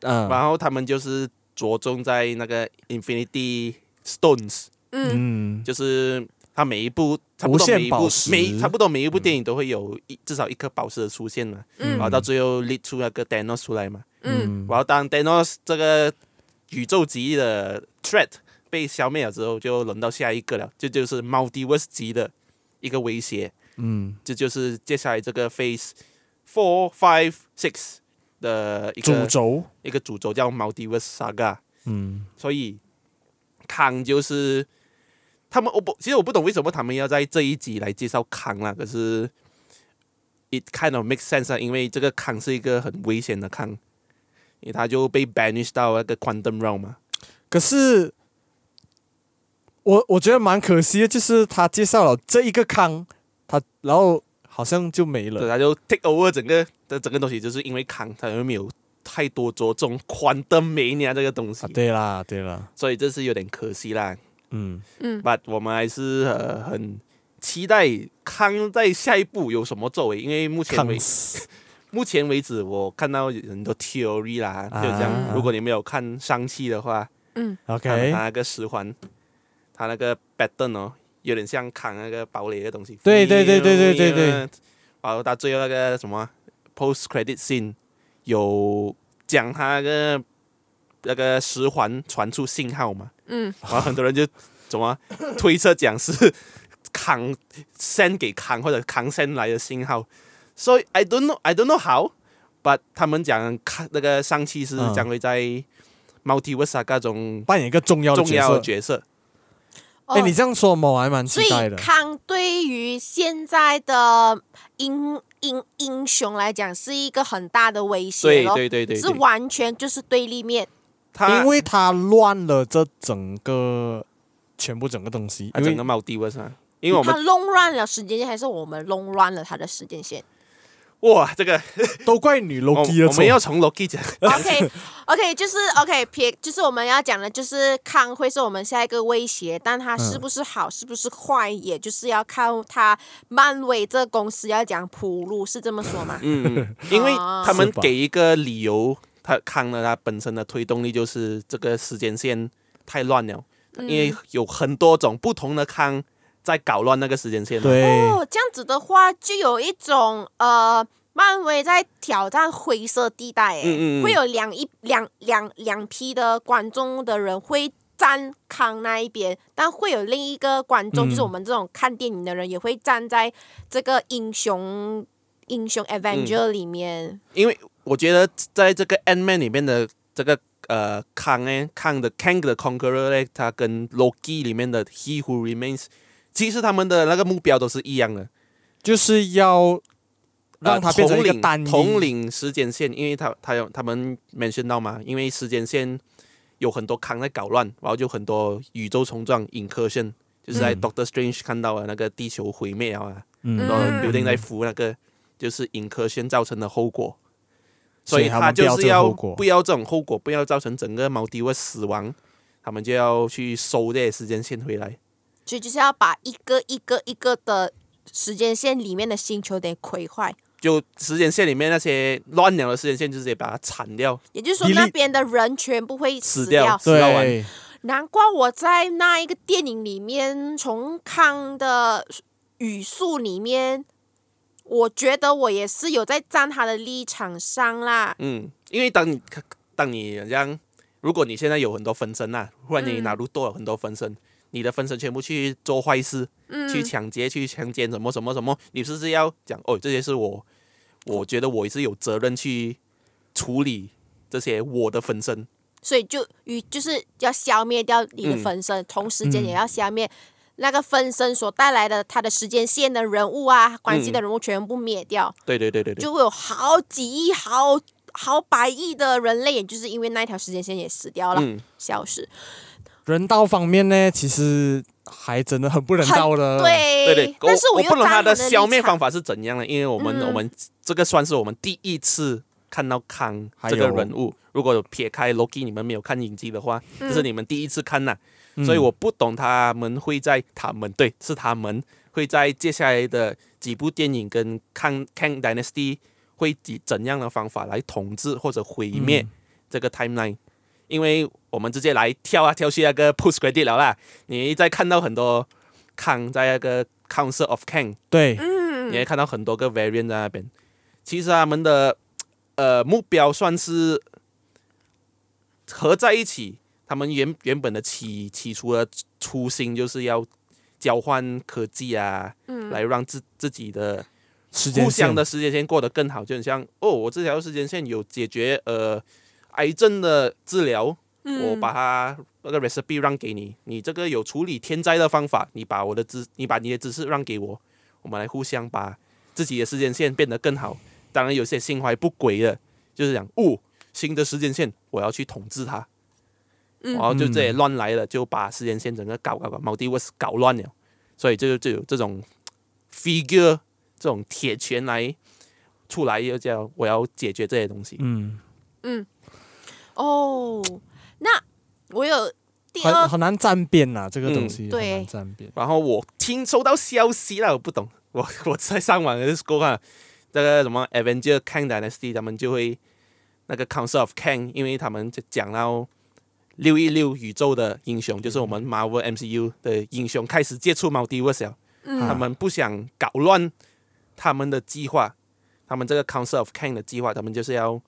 Speaker 3: 嗯
Speaker 5: 然后他们就是着重在那个 Infinity Stones，
Speaker 4: 嗯，
Speaker 2: 嗯，
Speaker 5: 就是它每一部差不
Speaker 3: 无
Speaker 5: 多
Speaker 3: 限
Speaker 5: 每一
Speaker 3: 宝
Speaker 5: 部
Speaker 3: 石嗯
Speaker 5: 每差不多每一部电影都会有一、至少一颗宝石的出现嘛，
Speaker 4: 嗯
Speaker 5: 然后到最后 lead 出那个 Thanos 出来嘛，
Speaker 4: 嗯
Speaker 5: 然后当 Thanos 这个宇宙级的 threat 被消灭了之后，就轮到下一个了，这就是 multiverse 级的一个威胁。嗯，这就是接下来这个 Phase Four、Five、Six 的一
Speaker 3: 主
Speaker 5: 个
Speaker 3: 轴，
Speaker 5: 一个主轴叫 multiverse saga。
Speaker 3: 嗯
Speaker 5: 所以康就是他们，我不，其实我不懂为什么他们要在这一集来介绍康啦。可是，it kind of makes sense 啊，因为这个康是一个很危险的康，因为他就被 banish 到那个 quantum realm 嘛。
Speaker 3: 可是我我觉得蛮可惜的，就是他介绍了这一个康，他然后好像就没
Speaker 5: 对，啊
Speaker 3: 了。
Speaker 5: 他就 take over 整个的整个东西，就是因为康他又没有太多着重 quantum mania 这个东西，
Speaker 3: 啊，对啦，对啦，
Speaker 5: 所以这是有点可惜啦。
Speaker 3: 嗯，
Speaker 4: 嗯
Speaker 5: But 我们还是呃很期待康在下一步有什么作为，因为目前
Speaker 3: 康
Speaker 5: 为
Speaker 3: 斯
Speaker 5: 目前为止，我看到有很多 theory 啦，
Speaker 3: 啊
Speaker 5: 就这样。如果你没有看上期的话， [LAUGHS] 看了
Speaker 3: OK，
Speaker 5: 他那个十环，他那个 pattern 哦，有点像扛那个堡垒的东西。
Speaker 3: 对对对对对对对。
Speaker 5: 然后他最后那个什么 post credit scene 有讲他那个那个十环传出信号嘛，
Speaker 4: 嗯，
Speaker 5: 然后很多人就怎么啊推测讲是 [LAUGHS] 扛 send 给扛或者扛 send 来的信号。So I don't know, I don't know how, but 他们讲看那个上期是
Speaker 3: 嗯
Speaker 5: 将会在 multiverse 啊 saga 中
Speaker 3: 扮演一个重要的
Speaker 5: 重
Speaker 3: 角
Speaker 5: 要的
Speaker 3: 色。
Speaker 5: 角色。
Speaker 4: 哦
Speaker 3: 哎，你这样说嘛，我还蛮
Speaker 4: 所
Speaker 3: 期待
Speaker 4: 以
Speaker 3: 的。
Speaker 4: 康对于现在的英英英雄来讲是一个很大的威胁
Speaker 5: 对
Speaker 4: 咯，
Speaker 5: 对对对，
Speaker 4: 是
Speaker 5: 对
Speaker 4: 完全就是对立面。
Speaker 5: 他
Speaker 3: 因为他乱了这整个全部整个东西，
Speaker 5: 他
Speaker 3: 因
Speaker 5: 整
Speaker 3: 为
Speaker 5: 个 multiverse 啊，因为我
Speaker 4: 他
Speaker 5: 们
Speaker 4: 弄乱了时间线，还是我们弄乱了他的时
Speaker 5: [LAUGHS]
Speaker 4: 间线
Speaker 5: 哇，这个
Speaker 3: 都怪女
Speaker 5: 我
Speaker 3: Loki 啊的
Speaker 5: 我
Speaker 3: 错
Speaker 5: 们。要从 Loki 讲，
Speaker 4: ？OK OK，就是 OK 撇，就是我们要讲的，就是康会是我们下一个威胁，但他是
Speaker 5: 嗯
Speaker 4: 不是好，是不是坏，也就是要看他漫威这公司要讲铺路，是这么
Speaker 5: [LAUGHS]
Speaker 4: 说吗？
Speaker 5: 嗯，因为他们
Speaker 3: 是吧
Speaker 5: 给一个理由，他康了他本身的推动力就是这个时间线太乱了，因为有很多种不同的康在搞乱那个时间线嘛。啊
Speaker 3: 对，
Speaker 4: 哦，这样子的话，就有一种呃，漫威在挑战灰色地带，哎、
Speaker 5: 嗯嗯嗯
Speaker 4: 会有两一两两两批的观众的人会站康那一边，但会有另一个观众，
Speaker 3: 嗯
Speaker 4: 就是我们这种看电影的人，也会站在这个英雄英雄 Avenger 里面。
Speaker 5: 因为我觉得在这个 Ant Man 里面的这个呃康呢，康的 Kang 的 Conqueror 呢，他跟 Loki 里面的 He Who Remains，其实他们的那个目标都是一样的，
Speaker 3: 就是要让它变成一个单一
Speaker 5: 呃、统领统领时间线，因为他他有他们 mention 到嘛，因为时间线有很多康在搞乱，然后就很多宇宙冲撞 incursion，就是
Speaker 3: 嗯
Speaker 5: 在 Doctor Strange 看到的那个地球毁灭了啊，很多人 building 在扶那个就是 incursion 造成的后果，所
Speaker 3: 所以
Speaker 5: 以
Speaker 3: 他
Speaker 5: 他
Speaker 3: 们不
Speaker 5: 就
Speaker 3: 要
Speaker 5: 是
Speaker 3: 这个
Speaker 5: 要
Speaker 3: 后果
Speaker 5: 不要这种后果，不要造成整个毛迪会死亡，他们就要去收这些时间线回来。
Speaker 4: 所以就是要把一个一个一个的时间线里面的星球得毁坏，
Speaker 5: 就时间线里面那些乱了的时间线，就直接把它铲掉，
Speaker 4: 也就是说
Speaker 3: Delete
Speaker 4: 那边的人全部会
Speaker 5: 死
Speaker 4: 掉。
Speaker 5: 掉，死掉完。
Speaker 3: 对，
Speaker 4: 难怪我在那一个电影里面，从康的语速里面，我觉得我也是有在站他的立场上啦。
Speaker 5: 嗯，因为当你
Speaker 4: 嗯
Speaker 5: 当你这样，如果你现在有很多分身呐、啊，忽然间你拿入多了很多分身，你的分身全部去做坏事，
Speaker 4: 嗯
Speaker 5: 去抢劫、去强奸什么什么什么，你是不是要讲哦？这些是我，我觉得我是有责任去处理这些我的分身。
Speaker 4: 所以就与就是要消灭掉你的
Speaker 5: 嗯
Speaker 4: 分身，同时间也要消灭那个分身所带来的他的时间线的人物啊，关系的人物全部灭掉，
Speaker 5: 对对对对对，
Speaker 4: 就会有好几亿、好好百亿的人类，也就是因为那一条时间线也死掉了，
Speaker 5: 嗯
Speaker 4: 消失。
Speaker 3: 人道方面呢，其实还真的很不人道的。，
Speaker 5: 嗯
Speaker 4: 对
Speaker 5: 对对，
Speaker 4: 但是
Speaker 5: 我
Speaker 4: 我
Speaker 5: 我
Speaker 4: 又
Speaker 5: 不懂
Speaker 4: 站
Speaker 5: 他的
Speaker 4: 他立
Speaker 5: 消灭
Speaker 4: 场嗯
Speaker 5: 方法是怎样的，因为我们、我们这个算是我们第一次看到康
Speaker 3: 还
Speaker 5: 这个
Speaker 3: 有
Speaker 5: 人物。如果有撇开 Loki，你们没有看影集的话，
Speaker 4: 嗯
Speaker 5: 这是你们第一次看呐、
Speaker 3: 嗯
Speaker 5: 所以我不懂他们会在他们对是他们会在接下来的几部电影跟康 Kang Dynasty 会以怎样的方法来统治或者毁灭这个 timeline，、因为我们直接来跳啊跳去那个 post credit 了啦，你在看到很多康在那个 Council of Kang，、
Speaker 3: 对，
Speaker 4: 嗯
Speaker 5: 你会看到很多个 variant 在那边，其实他们的呃目标算是呃合在一起，他们原原本的起起初的初心就是要交换科技啊，来让自自己的
Speaker 3: 时间
Speaker 5: 互相
Speaker 3: 线
Speaker 5: 的时间线过得更好，就很像哦，我这条时间线有解决呃癌症的治疗，我把它那个 recipe 让给你，你这个有处理天灾的方法，你把我的知，你把你的知识让给我，我们来互相把自己的时间线变得更好。当然，有些心怀不轨的，就是讲哦，新的时间线我要去统治它，
Speaker 4: 嗯
Speaker 5: 然后就这里乱来了，就把时间线整个搞搞搞 multiverse 搞乱了，所以就就有这种 figure 这种铁拳来出来，又叫我要解决这些东西。
Speaker 3: 嗯，
Speaker 4: 哦，那我有第
Speaker 3: 很
Speaker 4: 二
Speaker 3: 很难站边呐，这个东西
Speaker 4: 嗯
Speaker 3: 很
Speaker 4: 哦对
Speaker 3: 难站边。
Speaker 5: 然后我听收到消息了，我不懂， [LAUGHS] 我我在上网的时候看那个什么 Avenger Kang Dynasty，他们就会那个 Council of Kang，因为他们就讲到六一六宇宙的英雄，就是我们 Marvel MCU 的英雄开始接触 Multiverse 了，他们不想搞乱他们的计划，他们这个 Council of Kang 的计划，他们就是要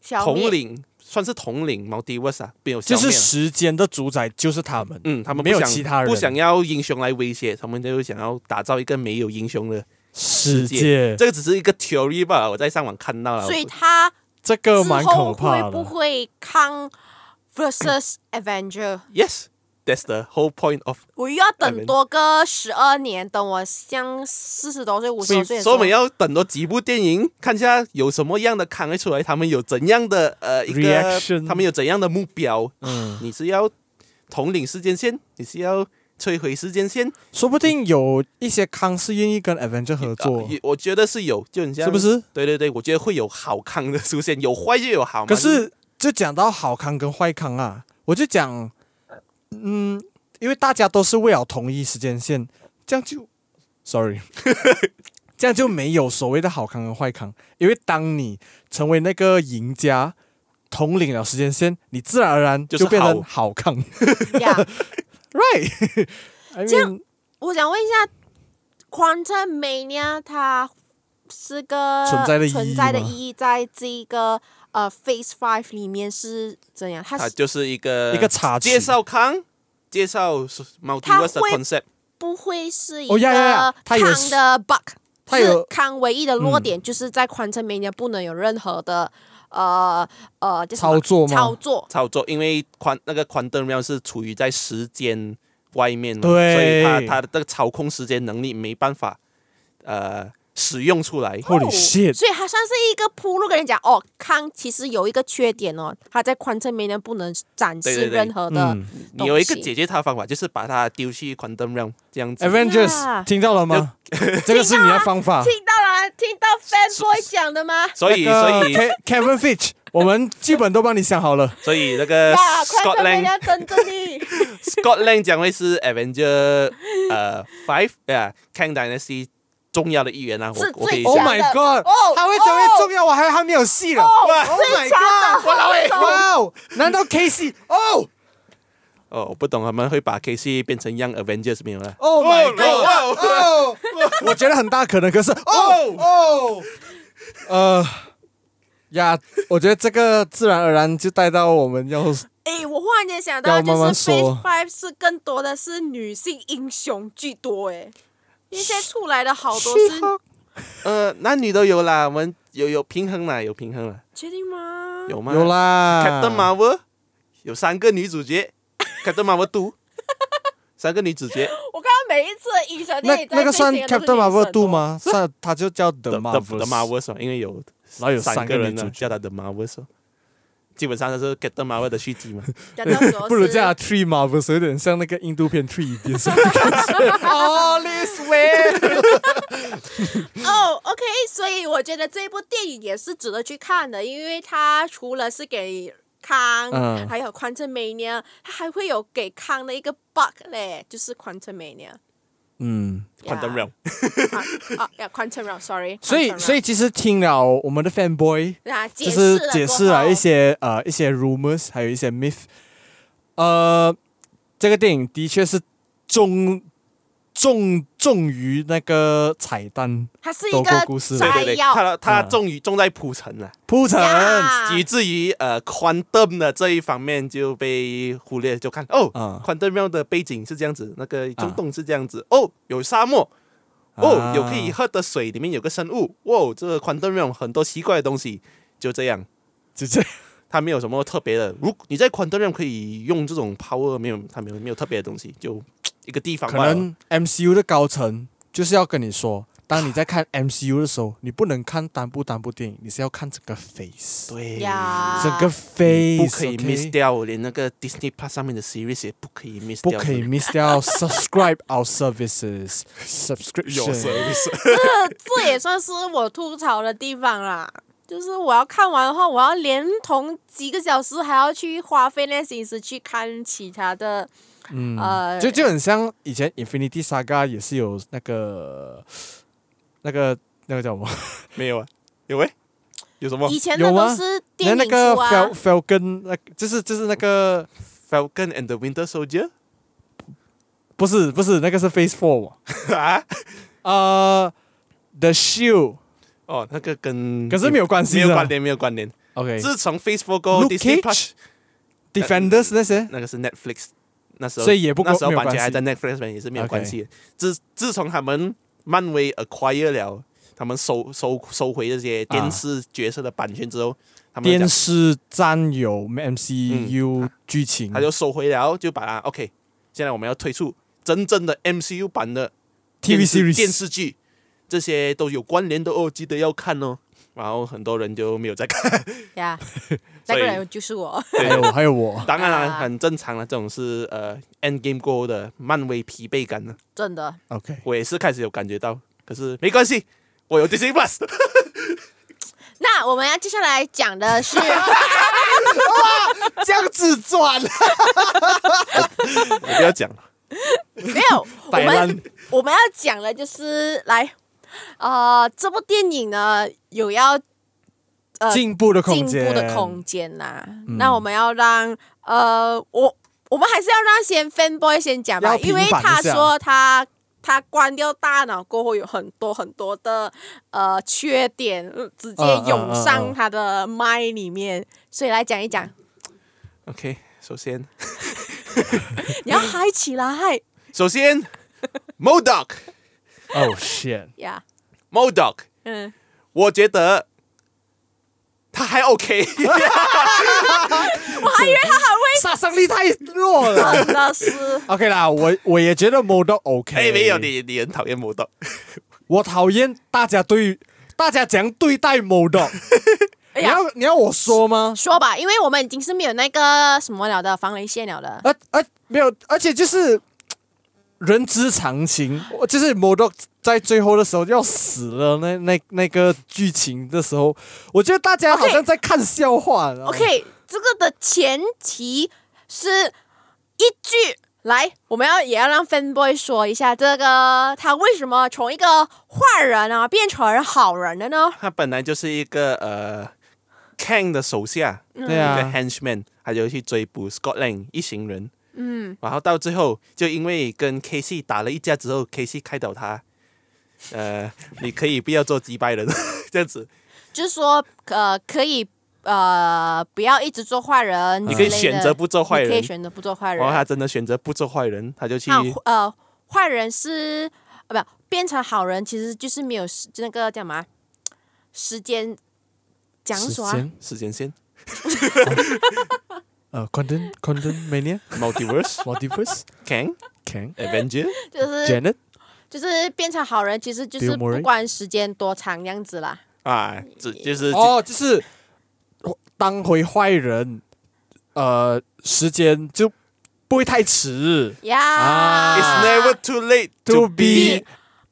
Speaker 4: 小
Speaker 5: 统领，算是统领 Multiverse 啊，没有消灭
Speaker 3: 就是
Speaker 5: 了
Speaker 3: 时间的主宰就是他们，
Speaker 5: 嗯，他们不
Speaker 3: 没有
Speaker 5: 想
Speaker 3: 其他人
Speaker 5: 不想要英雄来威胁，他们就想要打造一个没有英雄的。
Speaker 3: 世
Speaker 5: 界
Speaker 3: 界
Speaker 5: 这个只是一个 theory 吧，我在上网看到了。
Speaker 4: 所以他
Speaker 3: 这
Speaker 4: 之
Speaker 3: 个蛮
Speaker 4: 后
Speaker 3: 可
Speaker 4: 会
Speaker 3: 怕
Speaker 4: 不
Speaker 3: 的。
Speaker 4: 会康 [COUGHS] versus Avenger？
Speaker 5: yes, that's the whole point of。
Speaker 4: 我又要
Speaker 5: Ivan
Speaker 4: 等多个十二年，等我像四十多岁、五十
Speaker 5: 所以
Speaker 4: 多岁的时
Speaker 5: 所以
Speaker 4: 候
Speaker 5: 我，们要等多几部电影，看一下有什么样的看得出来，他们有怎样的呃一个
Speaker 3: Reaction
Speaker 5: 他们有怎样的目标。
Speaker 3: 嗯，
Speaker 5: 你是要统领世界线，你是要摧毁世界线？
Speaker 3: 说不定有一些康是愿意跟 Avenger 合作
Speaker 5: 呃，也我觉得是有，就很像
Speaker 3: 哦是不？是？
Speaker 5: 对对对，我觉得会有好看的出现，有坏就有好嘛。
Speaker 3: 可是就讲到好康跟坏康啊，我就讲，嗯，因为大家都是为了同一时间线，这样就，sorry，这样就没有所谓的好康跟坏康，因为当你成为那个赢家。统领了时间线，你自然而然
Speaker 5: 就是
Speaker 3: 就
Speaker 5: 好
Speaker 3: 变成好康 [LAUGHS]
Speaker 4: 呀，
Speaker 3: ，right？
Speaker 4: 这样
Speaker 3: I mean，
Speaker 4: 我想问一下，Quantum Mania 它是个
Speaker 3: 存在的意义
Speaker 4: 存在的
Speaker 3: 吗
Speaker 4: 意义，在这个呃 Phase Five 里面是怎样？它
Speaker 5: 它
Speaker 4: 是
Speaker 5: 就是一个
Speaker 3: 一个插曲
Speaker 5: 呃介绍康，介绍 multiverse 的
Speaker 4: 会
Speaker 5: concept。
Speaker 4: 不会是一
Speaker 3: 哦呀呀
Speaker 4: 个
Speaker 3: 呀它有
Speaker 4: 康的 bug？
Speaker 3: 它有嗯
Speaker 4: 是康唯一的弱点就是在 Quantum Mania 不能有任何的呃呃叫什么
Speaker 3: 操作吗
Speaker 4: 操作，
Speaker 5: 操作，因为宽那个宽灯 rail 是处于在时间外面嘛，
Speaker 3: 对
Speaker 5: 所以它它的这个操控时间能力没办法呃使用出来。
Speaker 3: Holy
Speaker 4: 哦
Speaker 3: shit
Speaker 4: 所以他算是一个铺路，跟人讲哦，康其实有一个缺点哦，他在宽侧面呢不能展
Speaker 5: 对
Speaker 4: 示
Speaker 5: 对对
Speaker 4: 任何的
Speaker 3: 嗯
Speaker 5: 你有一个
Speaker 4: 东西
Speaker 5: 解决它的方法，就是把它丢去宽灯 rail 这样子。
Speaker 3: ，Avengers 听到了吗？这个是你的方法。
Speaker 4: 听到了，听到 fanboy 讲的吗？
Speaker 5: 所以所以
Speaker 3: 那个 Ke- Kevin
Speaker 5: [LAUGHS]
Speaker 3: Fitch，我们剧本都帮你想好了。
Speaker 5: 所以那
Speaker 3: 呃
Speaker 5: 个
Speaker 4: 呀，宽侧面
Speaker 5: [LAUGHS] Scotland
Speaker 4: 要等着你。
Speaker 3: [LAUGHS]
Speaker 5: Scotland 将会是 Avenger 呃 Five 呃 Kang Dynasty 重要的一员啊，我
Speaker 4: 是
Speaker 5: 我可以讲
Speaker 4: 最
Speaker 3: Oh
Speaker 4: 强
Speaker 3: my
Speaker 4: 的
Speaker 3: god！
Speaker 4: 哦
Speaker 3: 他会成为重要，我还还没有戏了。哇！Oh my
Speaker 4: 强的
Speaker 3: god！哇哦！难道 K C？哦
Speaker 5: 哦，我不懂他们会把 KC 变成 Young Avengers 没有了。
Speaker 3: ！Oh my god！
Speaker 5: 哦
Speaker 3: 哦，我觉得很大可能，可是哦哦，呃呀，我觉得这个自然而然就带到我们要
Speaker 4: 哎，我忽然间想到，
Speaker 3: 要
Speaker 4: 就
Speaker 3: 慢
Speaker 4: 是
Speaker 3: 慢
Speaker 4: f a c
Speaker 3: 说
Speaker 4: e Five 是更多的是女性英雄居多哎，因为现在出来的好多是，
Speaker 3: 啊
Speaker 5: 呃，男女都有啦，我们有有平衡啦，有平衡啦，
Speaker 4: 确定吗？
Speaker 5: 有吗？
Speaker 3: [LAUGHS] 有啦
Speaker 5: Captain Marvel 有三个女主角 [LAUGHS] ，Captain Marvel Two [LAUGHS] 三个女主角
Speaker 4: 我看到每一次的英雄
Speaker 3: 那
Speaker 4: 电影
Speaker 3: 那个算 Captain Marvel Two
Speaker 4: Two？
Speaker 3: 吗？算，它就叫 The
Speaker 5: The
Speaker 3: Marvel
Speaker 5: The Marvel 因为有
Speaker 3: 然后有
Speaker 5: 三
Speaker 3: 三
Speaker 5: 个
Speaker 3: 女
Speaker 5: 人
Speaker 3: 主
Speaker 5: 呢，叫，
Speaker 3: 角
Speaker 5: 他 The Marvel 基本上它是 Captain Marvel 的续 [LAUGHS] 集嘛，
Speaker 4: 但到时
Speaker 3: [LAUGHS]
Speaker 4: 候
Speaker 3: 不如这样
Speaker 4: 哦是
Speaker 3: Three Marvel 有点像那个印度片 Three 的
Speaker 4: [LAUGHS]
Speaker 3: 感觉。All this way，
Speaker 4: 哦、o k 所以我觉得这部电影也是值得去看的，因为它除了是给康，
Speaker 3: 嗯
Speaker 4: 还有 Quantum Mania，它还会有给康的一个 bug 嘞，就是 Quantum Mania。
Speaker 3: [LAUGHS] 嗯。
Speaker 5: 幻灯 realm
Speaker 4: 啊啊，Quantum Realm，sorry。
Speaker 3: 所以，所以其实听了我们的 fanboy，
Speaker 4: 啊，
Speaker 3: 就
Speaker 4: 解
Speaker 3: 是
Speaker 4: 释了
Speaker 3: 解
Speaker 4: 过
Speaker 3: 释了
Speaker 4: 后
Speaker 3: 一些呃一些 rumors，还有一些 myth。呃，这个电影的确是重重重于那个彩蛋
Speaker 4: 它是
Speaker 3: 都过
Speaker 4: 一个
Speaker 3: 故事
Speaker 5: 对
Speaker 3: 了
Speaker 5: 对对，
Speaker 4: 摘要
Speaker 5: 他他
Speaker 3: 嗯
Speaker 5: 终于重在铺陈了，
Speaker 3: 铺陈。
Speaker 4: 呀
Speaker 5: 以至于呃 Quantum 的这一方面就被忽略，就看哦
Speaker 3: 嗯
Speaker 5: Quantum realm 的背景是这样子，那个中洞是这样子，哦有沙漠。哦，有可以
Speaker 3: 啊啊
Speaker 5: 喝的水，里面有个生物。哇，这个 Quantum Realm 很多奇怪的东西，就这样，
Speaker 3: 就这样
Speaker 5: 它没有什么特别的。如你在 Quantum Realm 可以用这种 power，没有，它没有没有特别的东西，就一个地方
Speaker 3: 可
Speaker 5: 罢了。
Speaker 3: 能 MCU 的高层就是要跟你说，当你在
Speaker 5: [SIGHS]
Speaker 3: 看 MCU 的时候，你不能看单部单部电影，你是要看整个 face，
Speaker 5: 对，
Speaker 4: 呀，
Speaker 3: 哎整个
Speaker 5: 你
Speaker 3: face
Speaker 5: 不可以
Speaker 3: OK？
Speaker 5: miss 掉，连那个 Disney Plus 上面的 series 也不可以 miss
Speaker 3: 不
Speaker 5: 掉。
Speaker 3: 可以 miss 掉 subscribe our
Speaker 5: [LAUGHS]
Speaker 3: services subscription。
Speaker 5: service，
Speaker 4: 这也算是我吐槽的地方啦。就是我要看完的话，我要连同几个小时，还要去花费那心思去看其他的，嗯、呃，
Speaker 3: 就就很像以前 Infinity Saga 也是有那个那个那个叫什么？
Speaker 5: [LAUGHS] 没有啊？有喂、有什么
Speaker 4: 以前的
Speaker 3: 有
Speaker 4: 都
Speaker 3: 吗
Speaker 4: 是
Speaker 3: 那
Speaker 4: 电
Speaker 3: 那
Speaker 4: 影
Speaker 3: 个
Speaker 4: 出
Speaker 3: Fal
Speaker 4: 啊，
Speaker 3: Falcon 那就是就是那个
Speaker 5: Falcon and the Winter Soldier
Speaker 3: 不是不是那个是 Phase Four 嘛
Speaker 5: [LAUGHS] 啊？
Speaker 3: 呃 The Shield
Speaker 5: 哦，那个跟
Speaker 3: 可是没有关系
Speaker 5: 没
Speaker 3: 啊的
Speaker 5: 有关联，没有关联。
Speaker 3: OK
Speaker 5: 自从 Facebook
Speaker 3: Luke
Speaker 5: Disney
Speaker 3: Cage
Speaker 5: Plus
Speaker 3: Defenders 那些
Speaker 5: 那个是 Netflix，那时候
Speaker 3: 所以也不
Speaker 5: 那时候
Speaker 3: 没有
Speaker 5: 版
Speaker 3: 关
Speaker 5: 权还
Speaker 3: 系
Speaker 5: 在 Netflix 上面也是没有关系的。自自从他们漫威 acquire 了，他们收收收回这些电视角色的版权之后，他们就
Speaker 3: 电
Speaker 5: 讲
Speaker 3: 视占有 MCU 剧情
Speaker 5: 他，就收回了，就把它 OK。现在我们要推出真正的 MCU 版的
Speaker 3: TV
Speaker 5: 电视
Speaker 3: series
Speaker 5: 电视剧，这些都有关联的哦，记得要看哦。然后很多人就没有在看，
Speaker 3: [LAUGHS]
Speaker 4: 呀，那
Speaker 5: 所以
Speaker 4: 个人就是我， [LAUGHS]
Speaker 3: 还有还有 [LAUGHS] 我
Speaker 5: 当然了，
Speaker 4: 啊
Speaker 5: 很正常了，这种是呃 End Game 过后的漫威疲惫感啊呢。
Speaker 4: 真的。
Speaker 3: OK
Speaker 5: 我也是开始有感觉到，可是没关系，我有 Disney Plus。
Speaker 4: 那我们要接下来讲
Speaker 3: [LAUGHS]
Speaker 4: 的是，
Speaker 3: 这样子转
Speaker 5: 我不要讲了，
Speaker 4: 没有，我
Speaker 3: 摆烂
Speaker 4: 们我们要讲的就是来，呃，这部电影呢有要呃
Speaker 3: 进步的空
Speaker 4: 进
Speaker 3: 间，嗯
Speaker 4: 步的空间啦。那我们要让呃，我我们还是要让先 fanboy 先讲吧，
Speaker 3: 要平
Speaker 4: 因为
Speaker 3: 反一
Speaker 4: 他
Speaker 3: 下
Speaker 4: 说他他关掉大脑过后有很多很多的呃缺点，呃直接
Speaker 3: 嗯嗯
Speaker 4: 涌
Speaker 3: 嗯
Speaker 4: 上
Speaker 3: 嗯
Speaker 4: 他的麦里面，所以来讲一讲，
Speaker 5: OK，首先，
Speaker 4: 你要嗨起
Speaker 3: 嗯
Speaker 4: 来
Speaker 5: 首先，Modoc
Speaker 3: Oh shit！
Speaker 4: 呀
Speaker 5: Modoc，
Speaker 4: 嗯，
Speaker 5: 我觉得他还 OK，
Speaker 4: 我还以为他很会
Speaker 3: 杀伤力太弱了。
Speaker 4: 真的是
Speaker 3: [LAUGHS] OK 啦，我我也觉得 Model OK。
Speaker 5: 哎，没有，你你很讨厌 Modoc，
Speaker 3: 我讨厌大家对大家怎样对待
Speaker 4: [LAUGHS]
Speaker 3: Model。
Speaker 4: 哎
Speaker 3: 你
Speaker 4: 呀
Speaker 3: 要你要我说吗？
Speaker 4: 说吧，因为我们已经是没有那个什么了的防雷线了的。
Speaker 3: 而而没有，而且就是人之常情，我就是 Model 在最后的时候要死了，那那那个剧情的时候，我觉得大家好像在看笑话。你知道吗
Speaker 4: OK，这个的前提是一句来，我们要也要让 fanboy 说一下这个他为什么从一个坏人啊变成好人了呢？
Speaker 5: 他本来就是一个呃 Kang 的手下，
Speaker 3: 对
Speaker 5: 一个
Speaker 3: 啊，
Speaker 5: henchman，他就去追捕 Scotland 一行人。嗯，然后到最后就因为跟 K C 打了一架之后，K C 开导他，呃，你可以不要做击败人这样子。
Speaker 4: 就是说，呃，可以呃，不要一直做坏人
Speaker 5: 你
Speaker 4: 之
Speaker 3: 啊
Speaker 4: 类
Speaker 5: 可
Speaker 4: 的，
Speaker 5: 以选择不做坏
Speaker 4: 你可
Speaker 5: 人
Speaker 4: 以，选择不做坏
Speaker 5: 然后他
Speaker 4: 人。
Speaker 5: 真的选择不做坏人，他就
Speaker 4: [LAUGHS]
Speaker 5: 去
Speaker 4: 那呃，坏人是呃不变成好人，其实就是没有时那个叫什么啊时间讲
Speaker 5: 时
Speaker 4: 什么啊
Speaker 5: 间时间
Speaker 3: [LAUGHS]
Speaker 5: 线
Speaker 2: 呃，Content Content Mania
Speaker 5: multiverse
Speaker 2: Multiverse
Speaker 5: Kang
Speaker 2: Can
Speaker 5: Avenger
Speaker 4: 就是
Speaker 2: Janet
Speaker 4: 就是变成好人，其实就是
Speaker 2: Bill Murray
Speaker 4: 不管时间多长样子啦。
Speaker 5: [LAUGHS] 啊，这就是
Speaker 3: 哦，就是当回坏人，呃，时间就不会太迟。
Speaker 4: 呀、
Speaker 3: 啊
Speaker 5: It's never too late
Speaker 3: To
Speaker 5: be
Speaker 3: be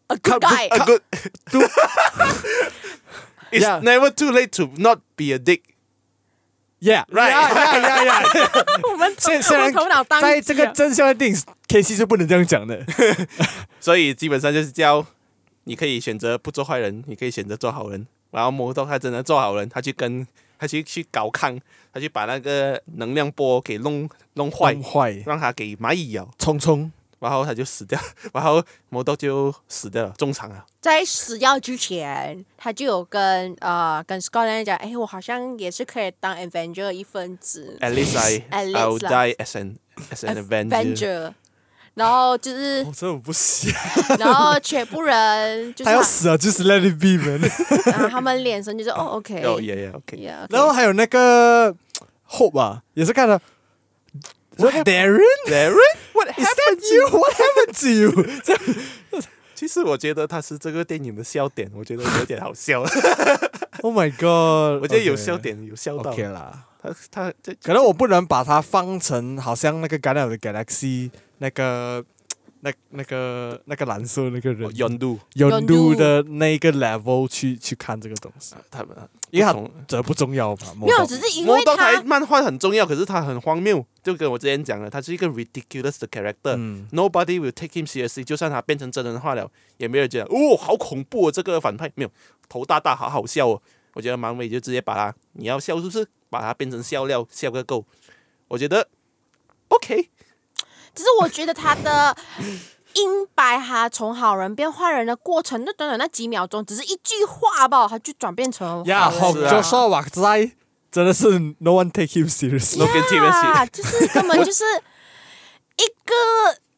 Speaker 4: a good guy，
Speaker 5: a good.
Speaker 3: To-
Speaker 5: It's
Speaker 3: Yeah.
Speaker 5: never too late to not be a dick.
Speaker 3: Yeah,
Speaker 5: Right.
Speaker 3: yeah, yeah, yeah, [LAUGHS] yeah.
Speaker 4: [LAUGHS] 我们
Speaker 3: 虽虽然
Speaker 4: 我头脑当
Speaker 3: 在这个真相的电影，K C 是不能这样讲的。
Speaker 5: 所以基本上就是教你可以选择不做坏人，你可以选择做好人。然后魔豆他真的做好人，他去跟他去去搞抗，他去把那个能量波给弄弄坏，
Speaker 3: 弄坏，
Speaker 5: 让他给蚂蚁咬，
Speaker 3: 匆匆
Speaker 5: 然后他就死掉， [LAUGHS] 然后魔豆就死掉了，中场啊。
Speaker 4: 在死掉之前，他就有跟呃跟 Scotland 讲，哎，我好像也是可以当 Avenger 的一分子
Speaker 5: At least I
Speaker 4: [LAUGHS] At least
Speaker 5: I'll
Speaker 4: lah.
Speaker 5: die as an as an Avenger。
Speaker 4: Avenger，然
Speaker 3: [LAUGHS]
Speaker 4: 后就是
Speaker 3: 哦我真的不行，
Speaker 4: 然后全部人就
Speaker 3: 他要
Speaker 4: 是啊
Speaker 3: 死了，啊就是 Let it be 们。
Speaker 4: 然后他们脸神就是哦 OK，
Speaker 3: Oh,
Speaker 5: 哦耶耶，OK。
Speaker 4: yeah，OK
Speaker 3: [LAUGHS] 然后还有那个 Hope 啊，也是看了。What Darren?
Speaker 5: Darren，
Speaker 3: What happened to you? What happened to you? [LAUGHS] 这样
Speaker 5: 其实我觉得他是这个电影的笑点，我觉得有点好笑， [LAUGHS]
Speaker 3: Oh my god！
Speaker 5: 我觉得有
Speaker 3: OK
Speaker 5: 笑。点，有笑到
Speaker 3: OK。啦，
Speaker 5: 他他这
Speaker 3: 可能我不能把它放成好像那个《Guardian of the Galaxy》那个、那、那个、那个蓝色那个人
Speaker 5: 연두，
Speaker 3: 有度
Speaker 4: Yondu
Speaker 3: 的那一个 level 去去看这个东西，
Speaker 5: 他们
Speaker 3: 因为
Speaker 5: 不同
Speaker 3: 它这不重要嘛。没
Speaker 4: 没有，只是因为
Speaker 5: 魔豆台
Speaker 4: 他
Speaker 5: 漫画很重要，可是他很荒谬，就跟我之前讲的，他是一个 ridiculous 的 character、
Speaker 3: 嗯
Speaker 5: Nobody will take him seriously，就算他变成真人化了，也没有人觉得哦，好恐怖哦，这个反派没有头大大，好好笑哦。我觉得漫威就直接把他，你要笑是不是？把他变成笑料，笑个够。我觉得 OK，
Speaker 4: [LAUGHS] 只是我觉得他的英白哈从好人变坏人的过程，那短短那几秒钟，只是一句话吧，他就转变成
Speaker 3: 呀，
Speaker 4: 好
Speaker 3: 好
Speaker 5: 是啊
Speaker 4: 人。
Speaker 3: 就说哇塞，真的是 no one take him seriously。
Speaker 5: No conspiracy
Speaker 4: 呀，就是根本就是一个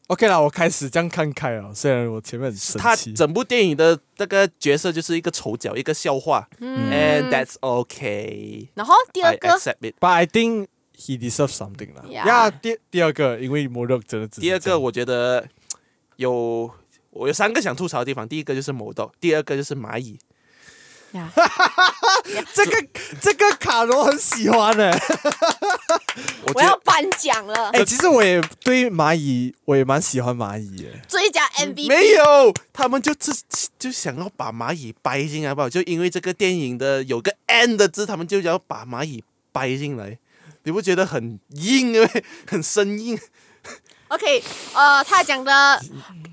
Speaker 3: OK 啦，我开始这样看开了，虽然我前面很生
Speaker 5: 他
Speaker 3: 气。
Speaker 5: 整部电影的那个角色就是一个丑角，一个笑话、a n d that's OK。
Speaker 4: 然后嗯第二
Speaker 5: I
Speaker 4: 个
Speaker 5: accept it。
Speaker 3: But I think he deserves something 啦。
Speaker 4: Yeah
Speaker 3: 呀，第第二个，因为 m o 真的只是
Speaker 5: 第二
Speaker 3: 这
Speaker 5: 个，
Speaker 3: 样
Speaker 5: 我觉得有我有三个想吐槽的地方。第一个就是某豆，第二个就是蚂蚁。
Speaker 4: 呀，
Speaker 3: 这个这个卡罗很喜欢的、
Speaker 5: 我
Speaker 4: 我
Speaker 5: 觉
Speaker 4: 要
Speaker 5: 得
Speaker 4: 颁奖了
Speaker 3: 哎、，其实我也对蚂蚁，我也蛮喜欢蚂蚁耶。
Speaker 4: 最佳 MVP
Speaker 5: 没有，他们就自就想要把蚂蚁掰进来吧，就因为这个电影的有个 end 的字，他们就要把蚂蚁掰进来。你不觉得很硬，因为很生
Speaker 4: [LAUGHS]
Speaker 5: 硬？
Speaker 4: OK，呃，他讲的。呃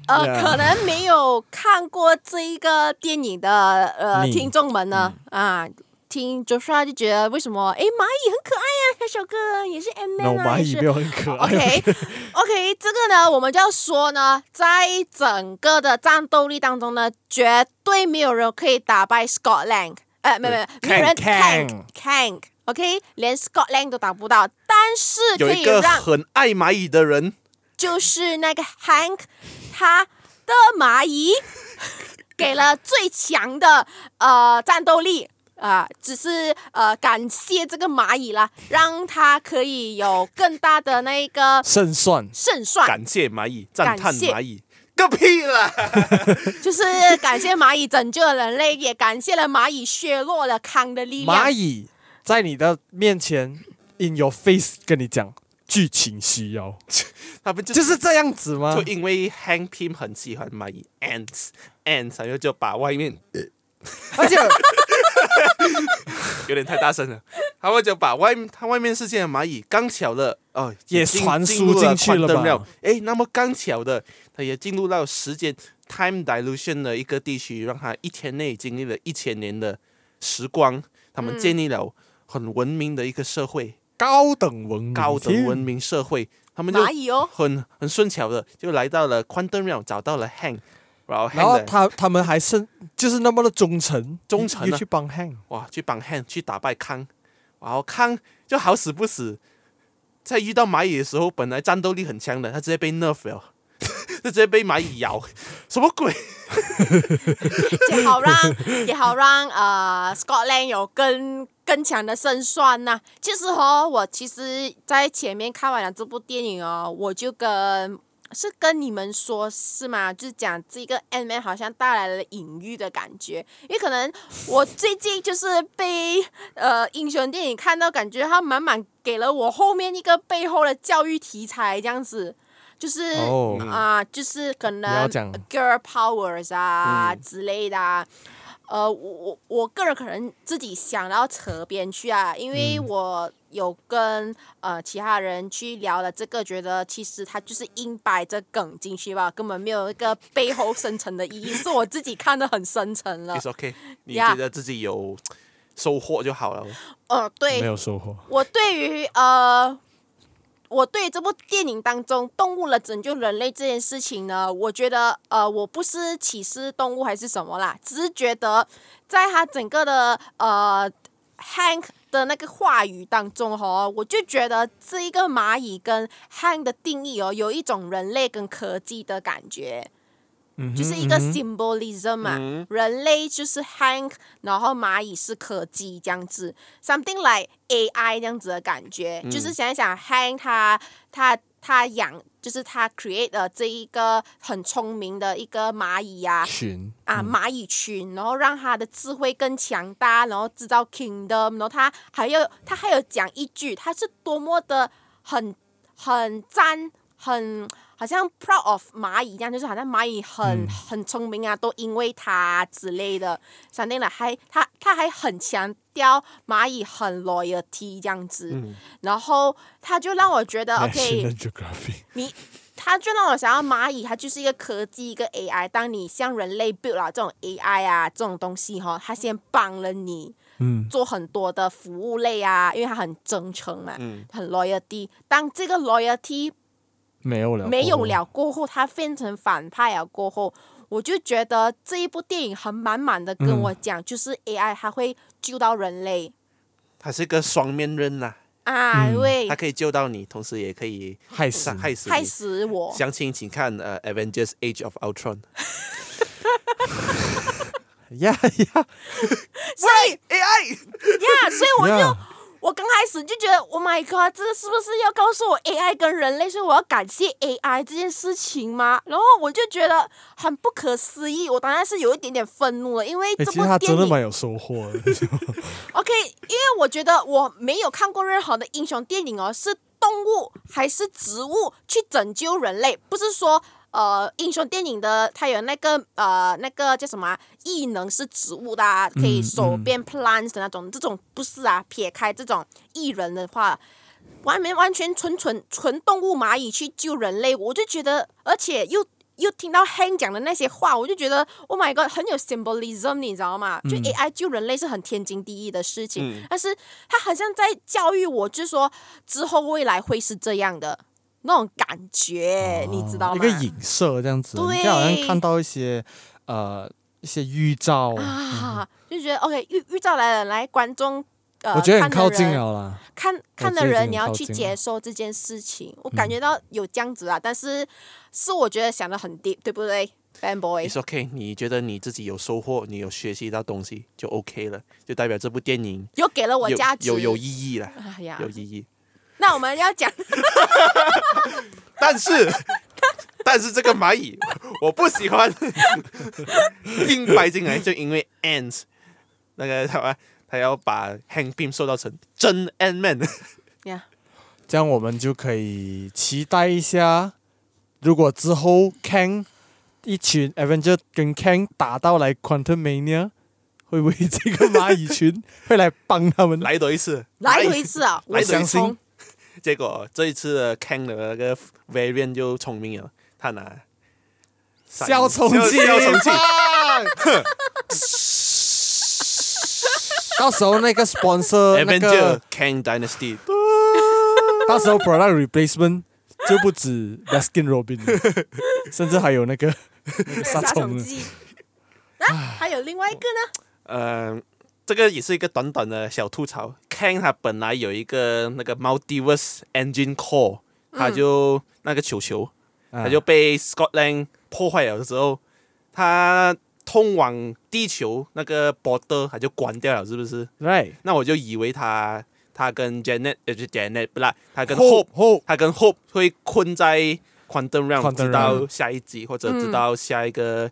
Speaker 3: Yeah
Speaker 4: 可能没有看过这一个电影的呃
Speaker 3: 你嗯
Speaker 4: 听众们呢、啊，听 Joshua 就觉得为什么哎蚂蚁很可爱呀、小小个也是 M
Speaker 3: 那
Speaker 4: Man 啊，
Speaker 3: 蚂
Speaker 4: 也
Speaker 3: 蚁
Speaker 4: 是
Speaker 3: 没有很可爱。 [LAUGHS]
Speaker 4: OK OK，这个呢，我们就要说呢，在整个的战斗力当中呢，绝对没有人可以打败 Scott Lang，呃，没有没有，没有人
Speaker 3: Kang，
Speaker 4: Kang Kang。OK，连 Scott Lang 都打不到，但是
Speaker 5: 有
Speaker 4: 可
Speaker 5: 一
Speaker 4: 以
Speaker 5: 个
Speaker 4: 让
Speaker 5: 很爱蚂蚁的人，
Speaker 4: 就是那个 Hank，他的蚂
Speaker 5: [LAUGHS]
Speaker 4: 蚁给了最强的呃战斗力啊、只是呃感谢这个蚂蚁啦，让他可以有更大的那个
Speaker 3: 胜算
Speaker 4: 胜算。
Speaker 5: 感谢蚂蚁，赞叹
Speaker 4: 感谢
Speaker 5: 蚂蚁，个屁啦！
Speaker 4: 就是感谢蚂蚁拯救了人类，也感谢了蚂蚁削弱了康的力量。
Speaker 3: 蚂蚁在你的面前 in your face 跟你讲剧情需要，
Speaker 5: 他们就
Speaker 3: 就是这样子吗
Speaker 5: 就因为 Hank Pym 很喜欢蚂蚁 ants ants，然后就把外面
Speaker 3: 而且
Speaker 5: 有点太大声了，他们就把外他外面世界的蚂蚁刚巧的哦
Speaker 3: 也
Speaker 5: 进
Speaker 3: 传输
Speaker 5: 进入
Speaker 3: 进去了吧
Speaker 5: quantum realm，哎，那么刚巧的，他也进入到时间 time dilution 的一个地区，让他一天内经历了一千年的时光，他们建立了很文明的一个社会，
Speaker 3: 高等文明，
Speaker 5: 高等文明社会，他们就
Speaker 4: 蚂蚁哦，
Speaker 5: 很很顺巧的就来到了 quantum realm，找到了 Hank，然后 Hank
Speaker 3: 然后
Speaker 5: 的
Speaker 3: 他他们还是就是那么的忠诚，
Speaker 5: 忠诚啊
Speaker 3: 又去帮 Hang，
Speaker 5: 哇，去帮 Han 去打败康，好康就好死不死，在遇到蚂蚁的时候，本来战斗力很强的，他直接被 nerf 了， [LAUGHS] 就直接被蚂蚁咬，什么
Speaker 4: [LAUGHS]
Speaker 5: 鬼？
Speaker 4: 也好让也好让呃 Scotland 有更更强的胜算呐、其实哦，我其实在前面看完了这部电影哦，我就跟是跟你们说是吗？就是讲这个 N Man 好像带来了隐喻的感觉，因为可能我最近就是被呃英雄电影看到，感觉它满满给了我后面一个背后的教育题材这样子。就是啊、
Speaker 3: 哦
Speaker 5: 嗯
Speaker 4: 就是可
Speaker 3: 你要
Speaker 4: 能
Speaker 3: 讲嗯
Speaker 4: girl powers 啊、之类的啊。呃，我我我个人可能自己想到扯边去啊，因为
Speaker 3: 嗯
Speaker 4: 我有跟呃其他人去聊了这个，觉得其实他就是硬摆着梗进去吧，根本没有一个背后深层的意义，是我自己看得很深层了
Speaker 5: i。s OK，你
Speaker 4: Yeah
Speaker 5: 觉得自己有收获就好了。
Speaker 4: 呃，对
Speaker 3: 没，有收获。
Speaker 4: 我对于呃，我对这部电影当中动物了拯救人类这件事情呢，我觉得呃，我不是歧视动物还是什么啦，只是觉得在他整个的呃 Hank 的那个话语当中哦，我就觉得这一个蚂蚁跟 Hank 的定义哦，有一种人类跟科技的感觉。
Speaker 3: 嗯哼
Speaker 4: 就是一个
Speaker 3: 嗯哼
Speaker 4: symbolism 嘛，人类就是 Hank，然后蚂蚁是柯基这样子，something like AI 这样子的感觉，就是想一想 Hank 他他他养，就是他 create 的这一个很聪明的一个蚂蚁啊，
Speaker 3: 群
Speaker 4: 啊蚂蚁群，然后让他的智慧更强大，然后制造 kingdom，然后他还有他还有讲一句，他是多么的很很赞，很好像 proud of 蚂蚁一样，就是好像蚂蚁很、很聪明啊，都因为他之类的。闪电了还他他还很强调蚂蚁很 loyalty 这样子，然后他就让我
Speaker 3: [LAUGHS]
Speaker 4: 觉得 OK，
Speaker 3: National Geography
Speaker 4: 你，他就让我想要蚂蚁，它就是一个科技，一个 AI。当你像人类 build 了这种 AI 啊，这种东西哈、它先帮了你，
Speaker 3: 嗯，
Speaker 4: 做很多的服务类啊，因为它很真诚嘛，很 loyalty。当这个 loyalty
Speaker 3: 没有了，哦
Speaker 4: 没有。了过后，他变成反派了过后，我就觉得这一部电影很满满的跟我讲，就是 AI 它会救到人类
Speaker 5: 他是个双面刃呐、
Speaker 4: 啊，因为
Speaker 5: 他可以救到你，同时也可以
Speaker 3: 害死
Speaker 5: 伤害死你。
Speaker 4: 害死我。
Speaker 5: 详情请看呃《Avengers Age of Ultron》。
Speaker 4: [LAUGHS]
Speaker 3: 呀呀
Speaker 4: 所以 AI 呀，所以我就
Speaker 3: 呀！
Speaker 4: 我刚开始就觉得，Oh my god，这个是不是要告诉我 AI 跟人类，所以我要感谢 AI 这件事情吗？然后我就觉得很不可思议，我当然是有一点点愤怒了，因为
Speaker 3: 哎，
Speaker 4: 这
Speaker 3: 其
Speaker 4: 部
Speaker 3: 实他
Speaker 4: 电
Speaker 3: 真的
Speaker 4: 影
Speaker 3: 蛮有收获的。
Speaker 4: OK，因为我觉得我没有看过任何的英雄电影哦，是动物还是植物去拯救人类，不是说。呃，英雄电影的它有那个呃那个叫什么啊、异能是植物的、啊，可
Speaker 3: 嗯
Speaker 4: 以手变 plants 的那种，这种不是啊。撇开这种异人的话，完没完全纯纯纯动物蚂蚁去救人类，我就觉得，而且又又听到 Han 讲的那些话，我就觉得 Oh my God，很有 symbolism，你知道吗？
Speaker 3: 嗯
Speaker 4: 就 AI 救人类是很天经地义的事
Speaker 5: 嗯
Speaker 4: 情，但是他好像在教育我，就是说之后未来会是这样的那种感觉，你知道
Speaker 3: 啊一
Speaker 4: 吗？
Speaker 3: 个影射这样子，
Speaker 4: 对
Speaker 3: 你就好像看到一些呃一些预兆，
Speaker 4: 啊，就觉得 OK，预预兆来了，来观众。呃，
Speaker 3: 我觉得很
Speaker 4: 看的
Speaker 3: 靠近啊
Speaker 4: 人
Speaker 3: 了啦。
Speaker 4: 看看
Speaker 3: 觉
Speaker 4: 的
Speaker 3: 得已经
Speaker 4: 人，
Speaker 3: 很
Speaker 4: 你要
Speaker 3: 靠
Speaker 4: 去
Speaker 3: 近
Speaker 4: 接
Speaker 3: 了
Speaker 4: 受这件事情。我感觉到有这样子啊，但是是我觉得想的很 deep，对不对？Fanboy，
Speaker 5: It's OK，你觉得你自己有收获，你有学习到东西就 OK 了，就代表这部电影
Speaker 4: 又给了我
Speaker 5: 有
Speaker 4: 价值。
Speaker 5: 有有意义了，
Speaker 4: 哎呀
Speaker 5: 有，意义。
Speaker 4: 那我们要讲
Speaker 5: 但是， [LAUGHS] 但是这个蚂蚁我不喜欢， [LAUGHS] 硬掰进来，就因为 ants 那个他把他要把 Hank Pym 塑造成真 Ant Man， [LAUGHS]
Speaker 4: 呀，
Speaker 3: 这样我们就可以期待一下，如果之后 Kang 一群 Avenger 跟 Kang 打到来 Quantum Mania，会不会这个蚂蚁群 [LAUGHS] 会来帮他们？
Speaker 5: 来多一次，
Speaker 4: 来回一次啊，我
Speaker 5: 来
Speaker 4: 想
Speaker 5: 相
Speaker 3: 信
Speaker 4: 冲
Speaker 5: 结果这一次的 Kang 的那个 variant 就聪明了，他拿
Speaker 3: 消虫剂，
Speaker 5: 消消虫剂，
Speaker 3: 棒到时候那个 sponsor [LAUGHS] 那
Speaker 5: Avenger
Speaker 3: 个，
Speaker 5: Kang Dynasty，
Speaker 3: 到时候 product replacement 就不止 Baskin Robin，了甚至还有那个那个杀
Speaker 4: 杀
Speaker 3: 虫
Speaker 4: 虫剂。啊，还有另外一个呢，
Speaker 5: 呃，这个也是一个短短的小吐槽。Kang 他本来有一个那个 Multiverse Engine Core，他就、那个球球，
Speaker 2: 啊
Speaker 5: 他就被 Scotland 破坏了的时候，他通往地球那个 border 他就关掉了，是不是？
Speaker 3: right
Speaker 5: 那我就以为他他跟 Janet 呃不是 Janet 不啦，他跟
Speaker 3: hope
Speaker 5: Hope
Speaker 3: hope
Speaker 5: 他跟 Hope 会困在 Quantum Realm，
Speaker 3: Quantum 嗯
Speaker 5: 直到下一集或者直到下一个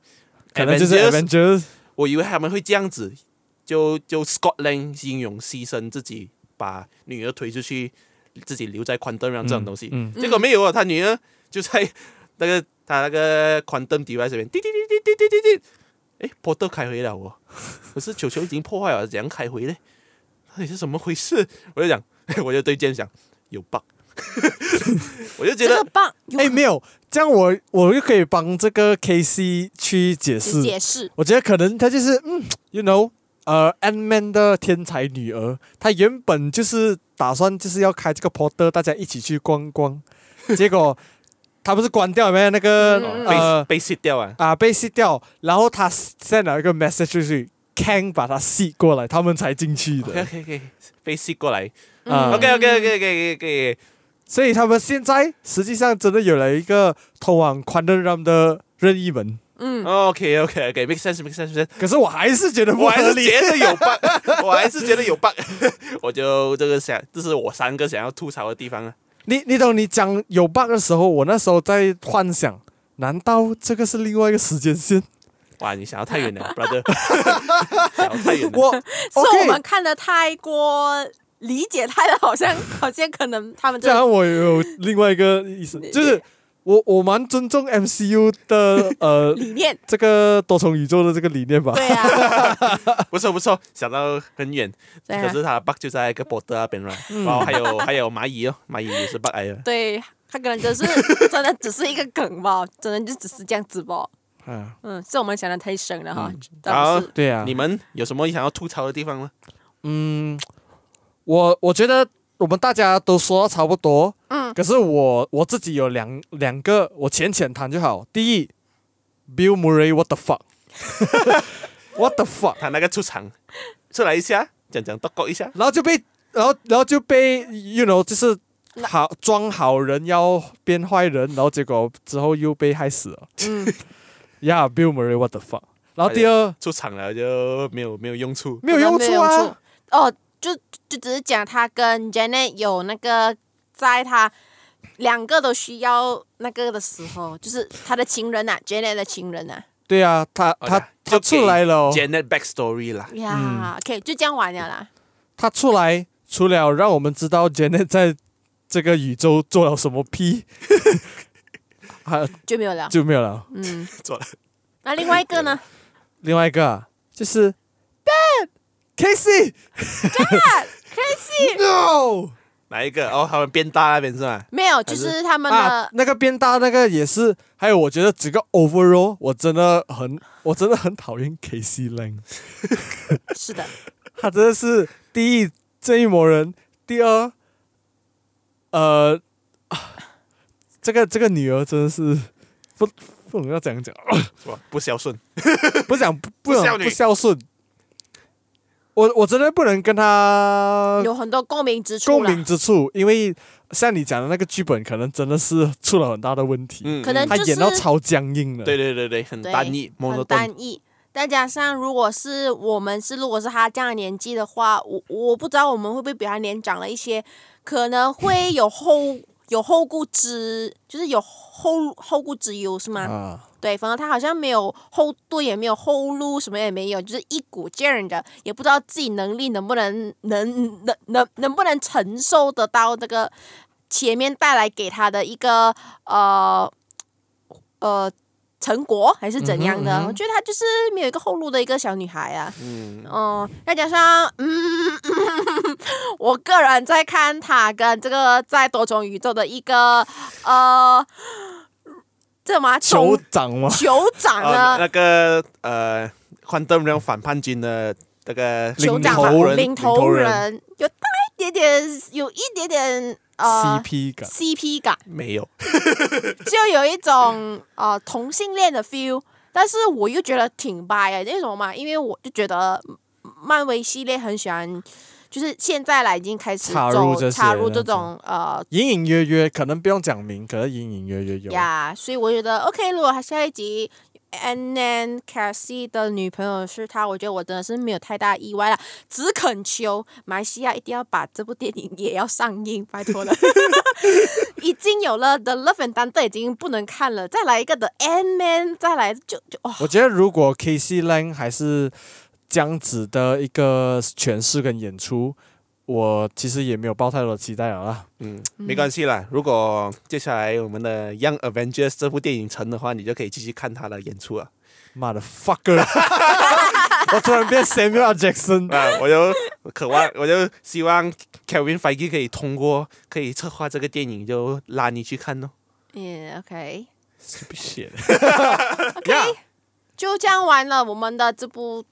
Speaker 3: 可能就是
Speaker 5: Avengers
Speaker 3: Avengers
Speaker 5: 我以为他们会这样子，就就 Scotland 英勇牺牲自己，把女儿推出去，自己留在 Quantum Realm 这种东西。
Speaker 3: 嗯，
Speaker 5: 结果没有啊，他女儿就在 [LAUGHS] 那个他那个 Quantum Device 这边滴滴滴滴滴滴滴滴，哎，波特开回了哦，可是球球已经破坏了，怎样开回嘞？到底是怎么回事？我就讲， [LAUGHS] 我就对 James 讲，有 bug，我就觉
Speaker 4: 这个
Speaker 5: 得
Speaker 4: 棒，有
Speaker 3: 哎、没有，这样我我就可以帮这个 K C 去解释。
Speaker 4: 解释，
Speaker 3: 我觉得可能她就是嗯，you know，呃，Ant Man 的天才女儿，她原本就是打算就是要开这个 portal，大家一起去逛逛，结
Speaker 4: [LAUGHS]
Speaker 3: 果她不是关掉没有那个、
Speaker 4: 嗯嗯嗯
Speaker 5: 被、
Speaker 3: 呃
Speaker 5: 被 sit 掉啊，
Speaker 3: 啊被吸掉，然后她 send 了一个 message 出去，Kang 把她吸过来，他们才进去的
Speaker 4: [LAUGHS]
Speaker 5: OK OK OK，被 sit 过来
Speaker 4: 嗯
Speaker 3: 啊。
Speaker 5: ，OK OK OK OK OK，
Speaker 3: 所以他们现在实际上真的有了一个通往 Quantum Realm 的任意门，
Speaker 4: 嗯，
Speaker 5: OK OK OK，make sense，make sense，make sense。
Speaker 3: 可是我还是觉得不
Speaker 5: 我还
Speaker 3: 合
Speaker 5: 是
Speaker 3: 理。
Speaker 5: 觉得有 bug，我还是觉得有 bug。我 [LAUGHS] 就这个想，这是我三个想要吐槽的地方啊。
Speaker 3: 你你懂你讲有 bug 的时候，我那时候在幻想，难道这个是另外一个时间线？
Speaker 5: 哇，你想要太远
Speaker 4: [LAUGHS]
Speaker 5: 了，brother，想要太远了。
Speaker 3: [LAUGHS] 我
Speaker 4: 是我们
Speaker 3: OK，
Speaker 4: 看的太过理解太了，好像好像可能他们
Speaker 3: 这
Speaker 4: 真的
Speaker 3: 样我有另外一个意思，就是我我蛮尊重 MCU 的
Speaker 5: [LAUGHS]
Speaker 3: 呃
Speaker 4: 理念，
Speaker 3: 这个多重宇宙的这个理念吧。
Speaker 4: 对啊，
Speaker 5: 不错不错，想到很远，
Speaker 4: 对
Speaker 5: 可
Speaker 4: 啊嗯
Speaker 5: 是，他的 bug 就在一个 border 那边了。然后还有还有蚂蚁哦，蚂蚁也是 bug 来的。
Speaker 4: [LAUGHS] 对他可能
Speaker 3: [LAUGHS]
Speaker 4: 只是真的只是一个梗吧，真的就只是这样子吧，
Speaker 3: 啊，
Speaker 4: 嗯，是我们想的太深了
Speaker 3: 嗯
Speaker 4: 哈，
Speaker 5: 好
Speaker 4: 倒是
Speaker 3: 对呀、啊，
Speaker 5: 你们有什么想要吐槽的地方吗？
Speaker 3: 嗯，我我觉得我们大家都说得差不多，
Speaker 4: 嗯，
Speaker 3: 可是我我自己有两两个，我浅浅谈就好。第一，Bill Murray，what the [LAUGHS] fuck，what the fuck，
Speaker 5: 他那个出场，出来一下，讲讲 d o 一下。
Speaker 3: 然后就被，然后然后就被，you know，就是好装好人要变坏人，然后结果之后又被害死了。
Speaker 4: 嗯，
Speaker 3: [LAUGHS] Yeah，Bill Murray，what the fuck。然后第二
Speaker 5: 出场了就没有没有用处，
Speaker 3: 没有用处啊，。
Speaker 4: 哦，就就只是讲他跟 Janet 有那个，在他两个都需要那个的时候，就是他的情人呐、啊、，Janet 的情人呐、啊。
Speaker 3: 对啊，他他
Speaker 5: 就
Speaker 3: 他
Speaker 5: 给
Speaker 3: 出来了哦，
Speaker 5: Janet backstory 啦。
Speaker 4: 呀、
Speaker 3: 嗯
Speaker 4: o k 就这样完了啦。
Speaker 3: 他出来除了让我们知道 Janet 在这个宇宙做了什么屁， [LAUGHS] 还
Speaker 4: 就没有了。
Speaker 3: 就没有了。
Speaker 4: 嗯，
Speaker 5: 做了
Speaker 4: 那另外
Speaker 3: [LAUGHS]
Speaker 4: 一个呢？
Speaker 3: 另外一个、啊、就是 Dad Casey [LAUGHS] Dad Casey
Speaker 5: 哪一个？哦，他们变大那边是吧？
Speaker 4: 没有，就是他
Speaker 3: No
Speaker 4: 们的、
Speaker 3: 啊，那个变大那个也是，还有我觉得整个 overall 我真的很我真的很讨厌 Casey Lang，
Speaker 4: 是的，
Speaker 3: 他真的是第一正义魔人，第二呃啊这个这个女儿真的是不不能要怎样讲。
Speaker 5: 是吧？不孝顺，
Speaker 3: 不想不不
Speaker 5: 孝
Speaker 3: 想
Speaker 5: 女
Speaker 3: 不孝顺。我我真的不能跟他
Speaker 4: 有很多共鸣之处
Speaker 3: 共
Speaker 4: 啦。
Speaker 3: 鸣之处，因为像你讲的那个剧本，可能真的是出了很大的问题，
Speaker 5: 嗯，
Speaker 4: 可能
Speaker 5: 嗯
Speaker 3: 他
Speaker 4: 就是
Speaker 3: 演到超僵硬了。
Speaker 5: 对对对对，很
Speaker 4: 对
Speaker 5: 单一，
Speaker 4: 很
Speaker 5: monotone，
Speaker 4: 单一。再加上，如果是我们是，如果是他这样的年纪的话，我我不知道我们会不会比他年长了一些，可能会有后有后顾之，就是有后后顾之忧，是吗？
Speaker 3: 啊，
Speaker 4: 对，反正他好像没有后盾，也没有后路，什么也没有，就是一股劲儿的，也不知道自己能力能不能能能能能不能承受得到这个前面带来给他的一个呃呃成果，还是怎样的？
Speaker 3: 嗯哼嗯哼
Speaker 4: 我觉得她就是没有一个后路的一个小女孩啊。
Speaker 5: 嗯，
Speaker 4: 嗯，再加上，嗯， [LAUGHS] 我个人在看他跟这个在多重宇宙的一个呃，这什么啊
Speaker 3: 酋
Speaker 4: 总
Speaker 3: 长嘛，
Speaker 4: 酋长
Speaker 5: 啊，
Speaker 4: 呢？
Speaker 5: 那个呃，Quantum Realm 反叛军的那个
Speaker 4: 酋长啊
Speaker 3: 领头人
Speaker 4: 领头人有带一点点，有一点点呃
Speaker 3: CP 感
Speaker 4: CP 感，
Speaker 5: 没有，
Speaker 4: 就有一种呃同性恋的 feel，但是我又觉得挺 bi 的，因为什么嘛？因为我就觉得嗯漫威系列很喜欢，就是现在来已经开始
Speaker 3: 插入
Speaker 4: 走
Speaker 3: 这些
Speaker 4: 插入
Speaker 3: 这
Speaker 4: 这
Speaker 3: 样子
Speaker 4: 种呃
Speaker 3: 隐隐约约，可能不用讲明，可能隐隐约约有。
Speaker 4: 呀所以我觉得 OK，如果他下一集 Ann Ann Cassie 的女朋友是他，我觉得我真的是没有太大意外了。只恳求马来西亚一定要把这部电影也要上映，拜托了。 [LAUGHS] 已经有了 The Love and Thunder 已经不能看了，再来一个 The Ant Man，再来就就哇、
Speaker 3: 我觉得如果 K C Lang 还是这样子的一个诠释跟演出，我其实也没有抱太多的期待了啦。
Speaker 5: 嗯，没关系啦。如果接下来我们的《Young Avengers》这部电影成的话，你就可以继续看他的演出 [LAUGHS] 啊。
Speaker 3: 妈的
Speaker 4: [LAUGHS]
Speaker 3: fucker！我突然变 Samuel L. Jackson，
Speaker 5: 啊，我就渴望，我就希望 Kevin Feige 可以通过可以策划这个电影，就拉你去看哦。
Speaker 4: 嗯 OK。
Speaker 3: shit！
Speaker 4: 啊就这样完了我们的这部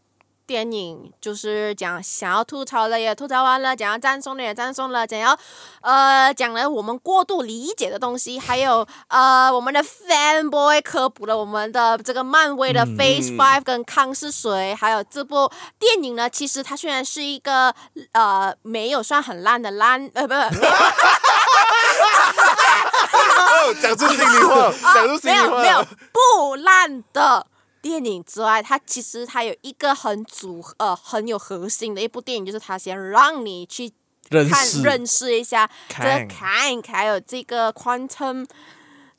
Speaker 4: 电影，就是讲想要吐槽的也吐槽完了，讲要赞颂的也赞颂了，讲要呃讲了我们过度理解的东西，还有呃我们的 fanboy 科普了我们的这个漫威的 Phase Five 跟康是谁，还有这部电影呢，其实它虽然是一个呃没有算很烂的烂呃不不。
Speaker 5: 哦，讲出心里话，讲出心
Speaker 4: 没
Speaker 5: 里
Speaker 4: 啊有没有
Speaker 5: 话。
Speaker 4: 不烂的电影之外，它其实它有一个很组呃很有核心的一部电影，就是它先让你去
Speaker 3: 认
Speaker 4: 看
Speaker 3: 识
Speaker 4: 认识一下这个
Speaker 3: Kang
Speaker 4: Kang，还有这个 Quantum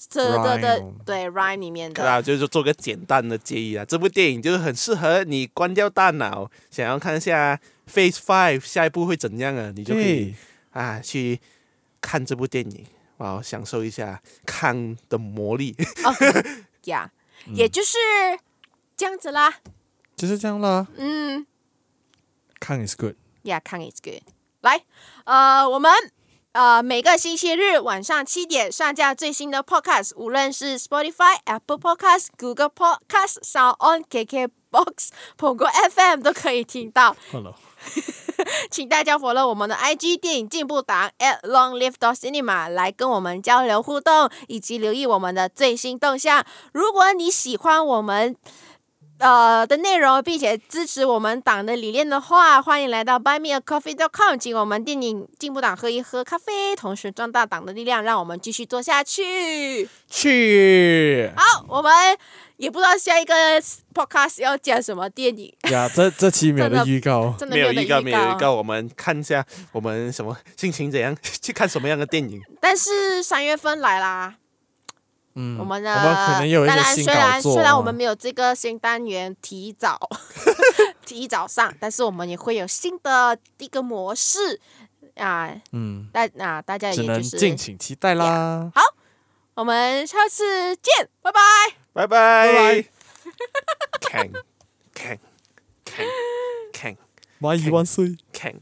Speaker 4: 这的的
Speaker 3: Rhyme
Speaker 4: 对 Ryan 里面的。
Speaker 5: 啊，就是做个简单的建议啊。这部电影就是很适合你关掉大脑，想要看一下 Phase Five 下一步会怎样啊，你就可以
Speaker 3: 对，
Speaker 5: 啊去看这部电影，哇，享受一下看的魔力。
Speaker 4: 呀也就是这样子啦。
Speaker 3: 就是这样啦。
Speaker 4: 嗯
Speaker 3: 看 is good，
Speaker 4: 呀 k a n g is good。来，呃，我们。呃，每个星期日晚上七点上架最新的 Podcast，无论是 Spotify、Apple Podcast、Google Podcast、Sound On、KK Box、苹果 FM 都可以听到。
Speaker 3: 好了，
Speaker 4: 请大家 follow 我们的 IG 电影进步党 at Long Live the Cinema 来跟我们交流互动，以及留意我们的最新动向。如果你喜欢我们。呃的内容，并且支持我们党的理念的话，欢迎来到 buymeacoffee.com，请我们电影进步党喝一喝咖啡，同时壮大党的力量，让我们继续做下去。
Speaker 3: 去
Speaker 4: 好，我们也不知道下一个 podcast 要讲什么电影，
Speaker 3: 呀！这这期没有
Speaker 4: 真的
Speaker 3: 的预告，
Speaker 4: 真
Speaker 5: [LAUGHS]
Speaker 4: 的
Speaker 5: 没有
Speaker 4: 得
Speaker 5: 预告，没有预告，啊我们看一下我们什么心情怎样， [LAUGHS] 去看什么样的电影。
Speaker 4: 但是三月份来啦，
Speaker 3: 嗯，
Speaker 4: 我们的
Speaker 3: 我们可能有一
Speaker 4: 当
Speaker 3: 些
Speaker 4: 然
Speaker 3: 新
Speaker 4: 虽然
Speaker 3: 搞作啊，
Speaker 4: 虽然我们没有这个新单元提
Speaker 3: [LAUGHS]
Speaker 4: 早 [LAUGHS] 提早上，但是我们也会有新的一个模式啊，
Speaker 3: 嗯，
Speaker 4: 大啊大家也
Speaker 3: 只能
Speaker 4: 就是
Speaker 3: 敬请期待啦。
Speaker 4: 我们下次见，拜拜。
Speaker 5: 拜拜。看，看，看，看，
Speaker 3: 蚂蚁万岁！
Speaker 5: 看。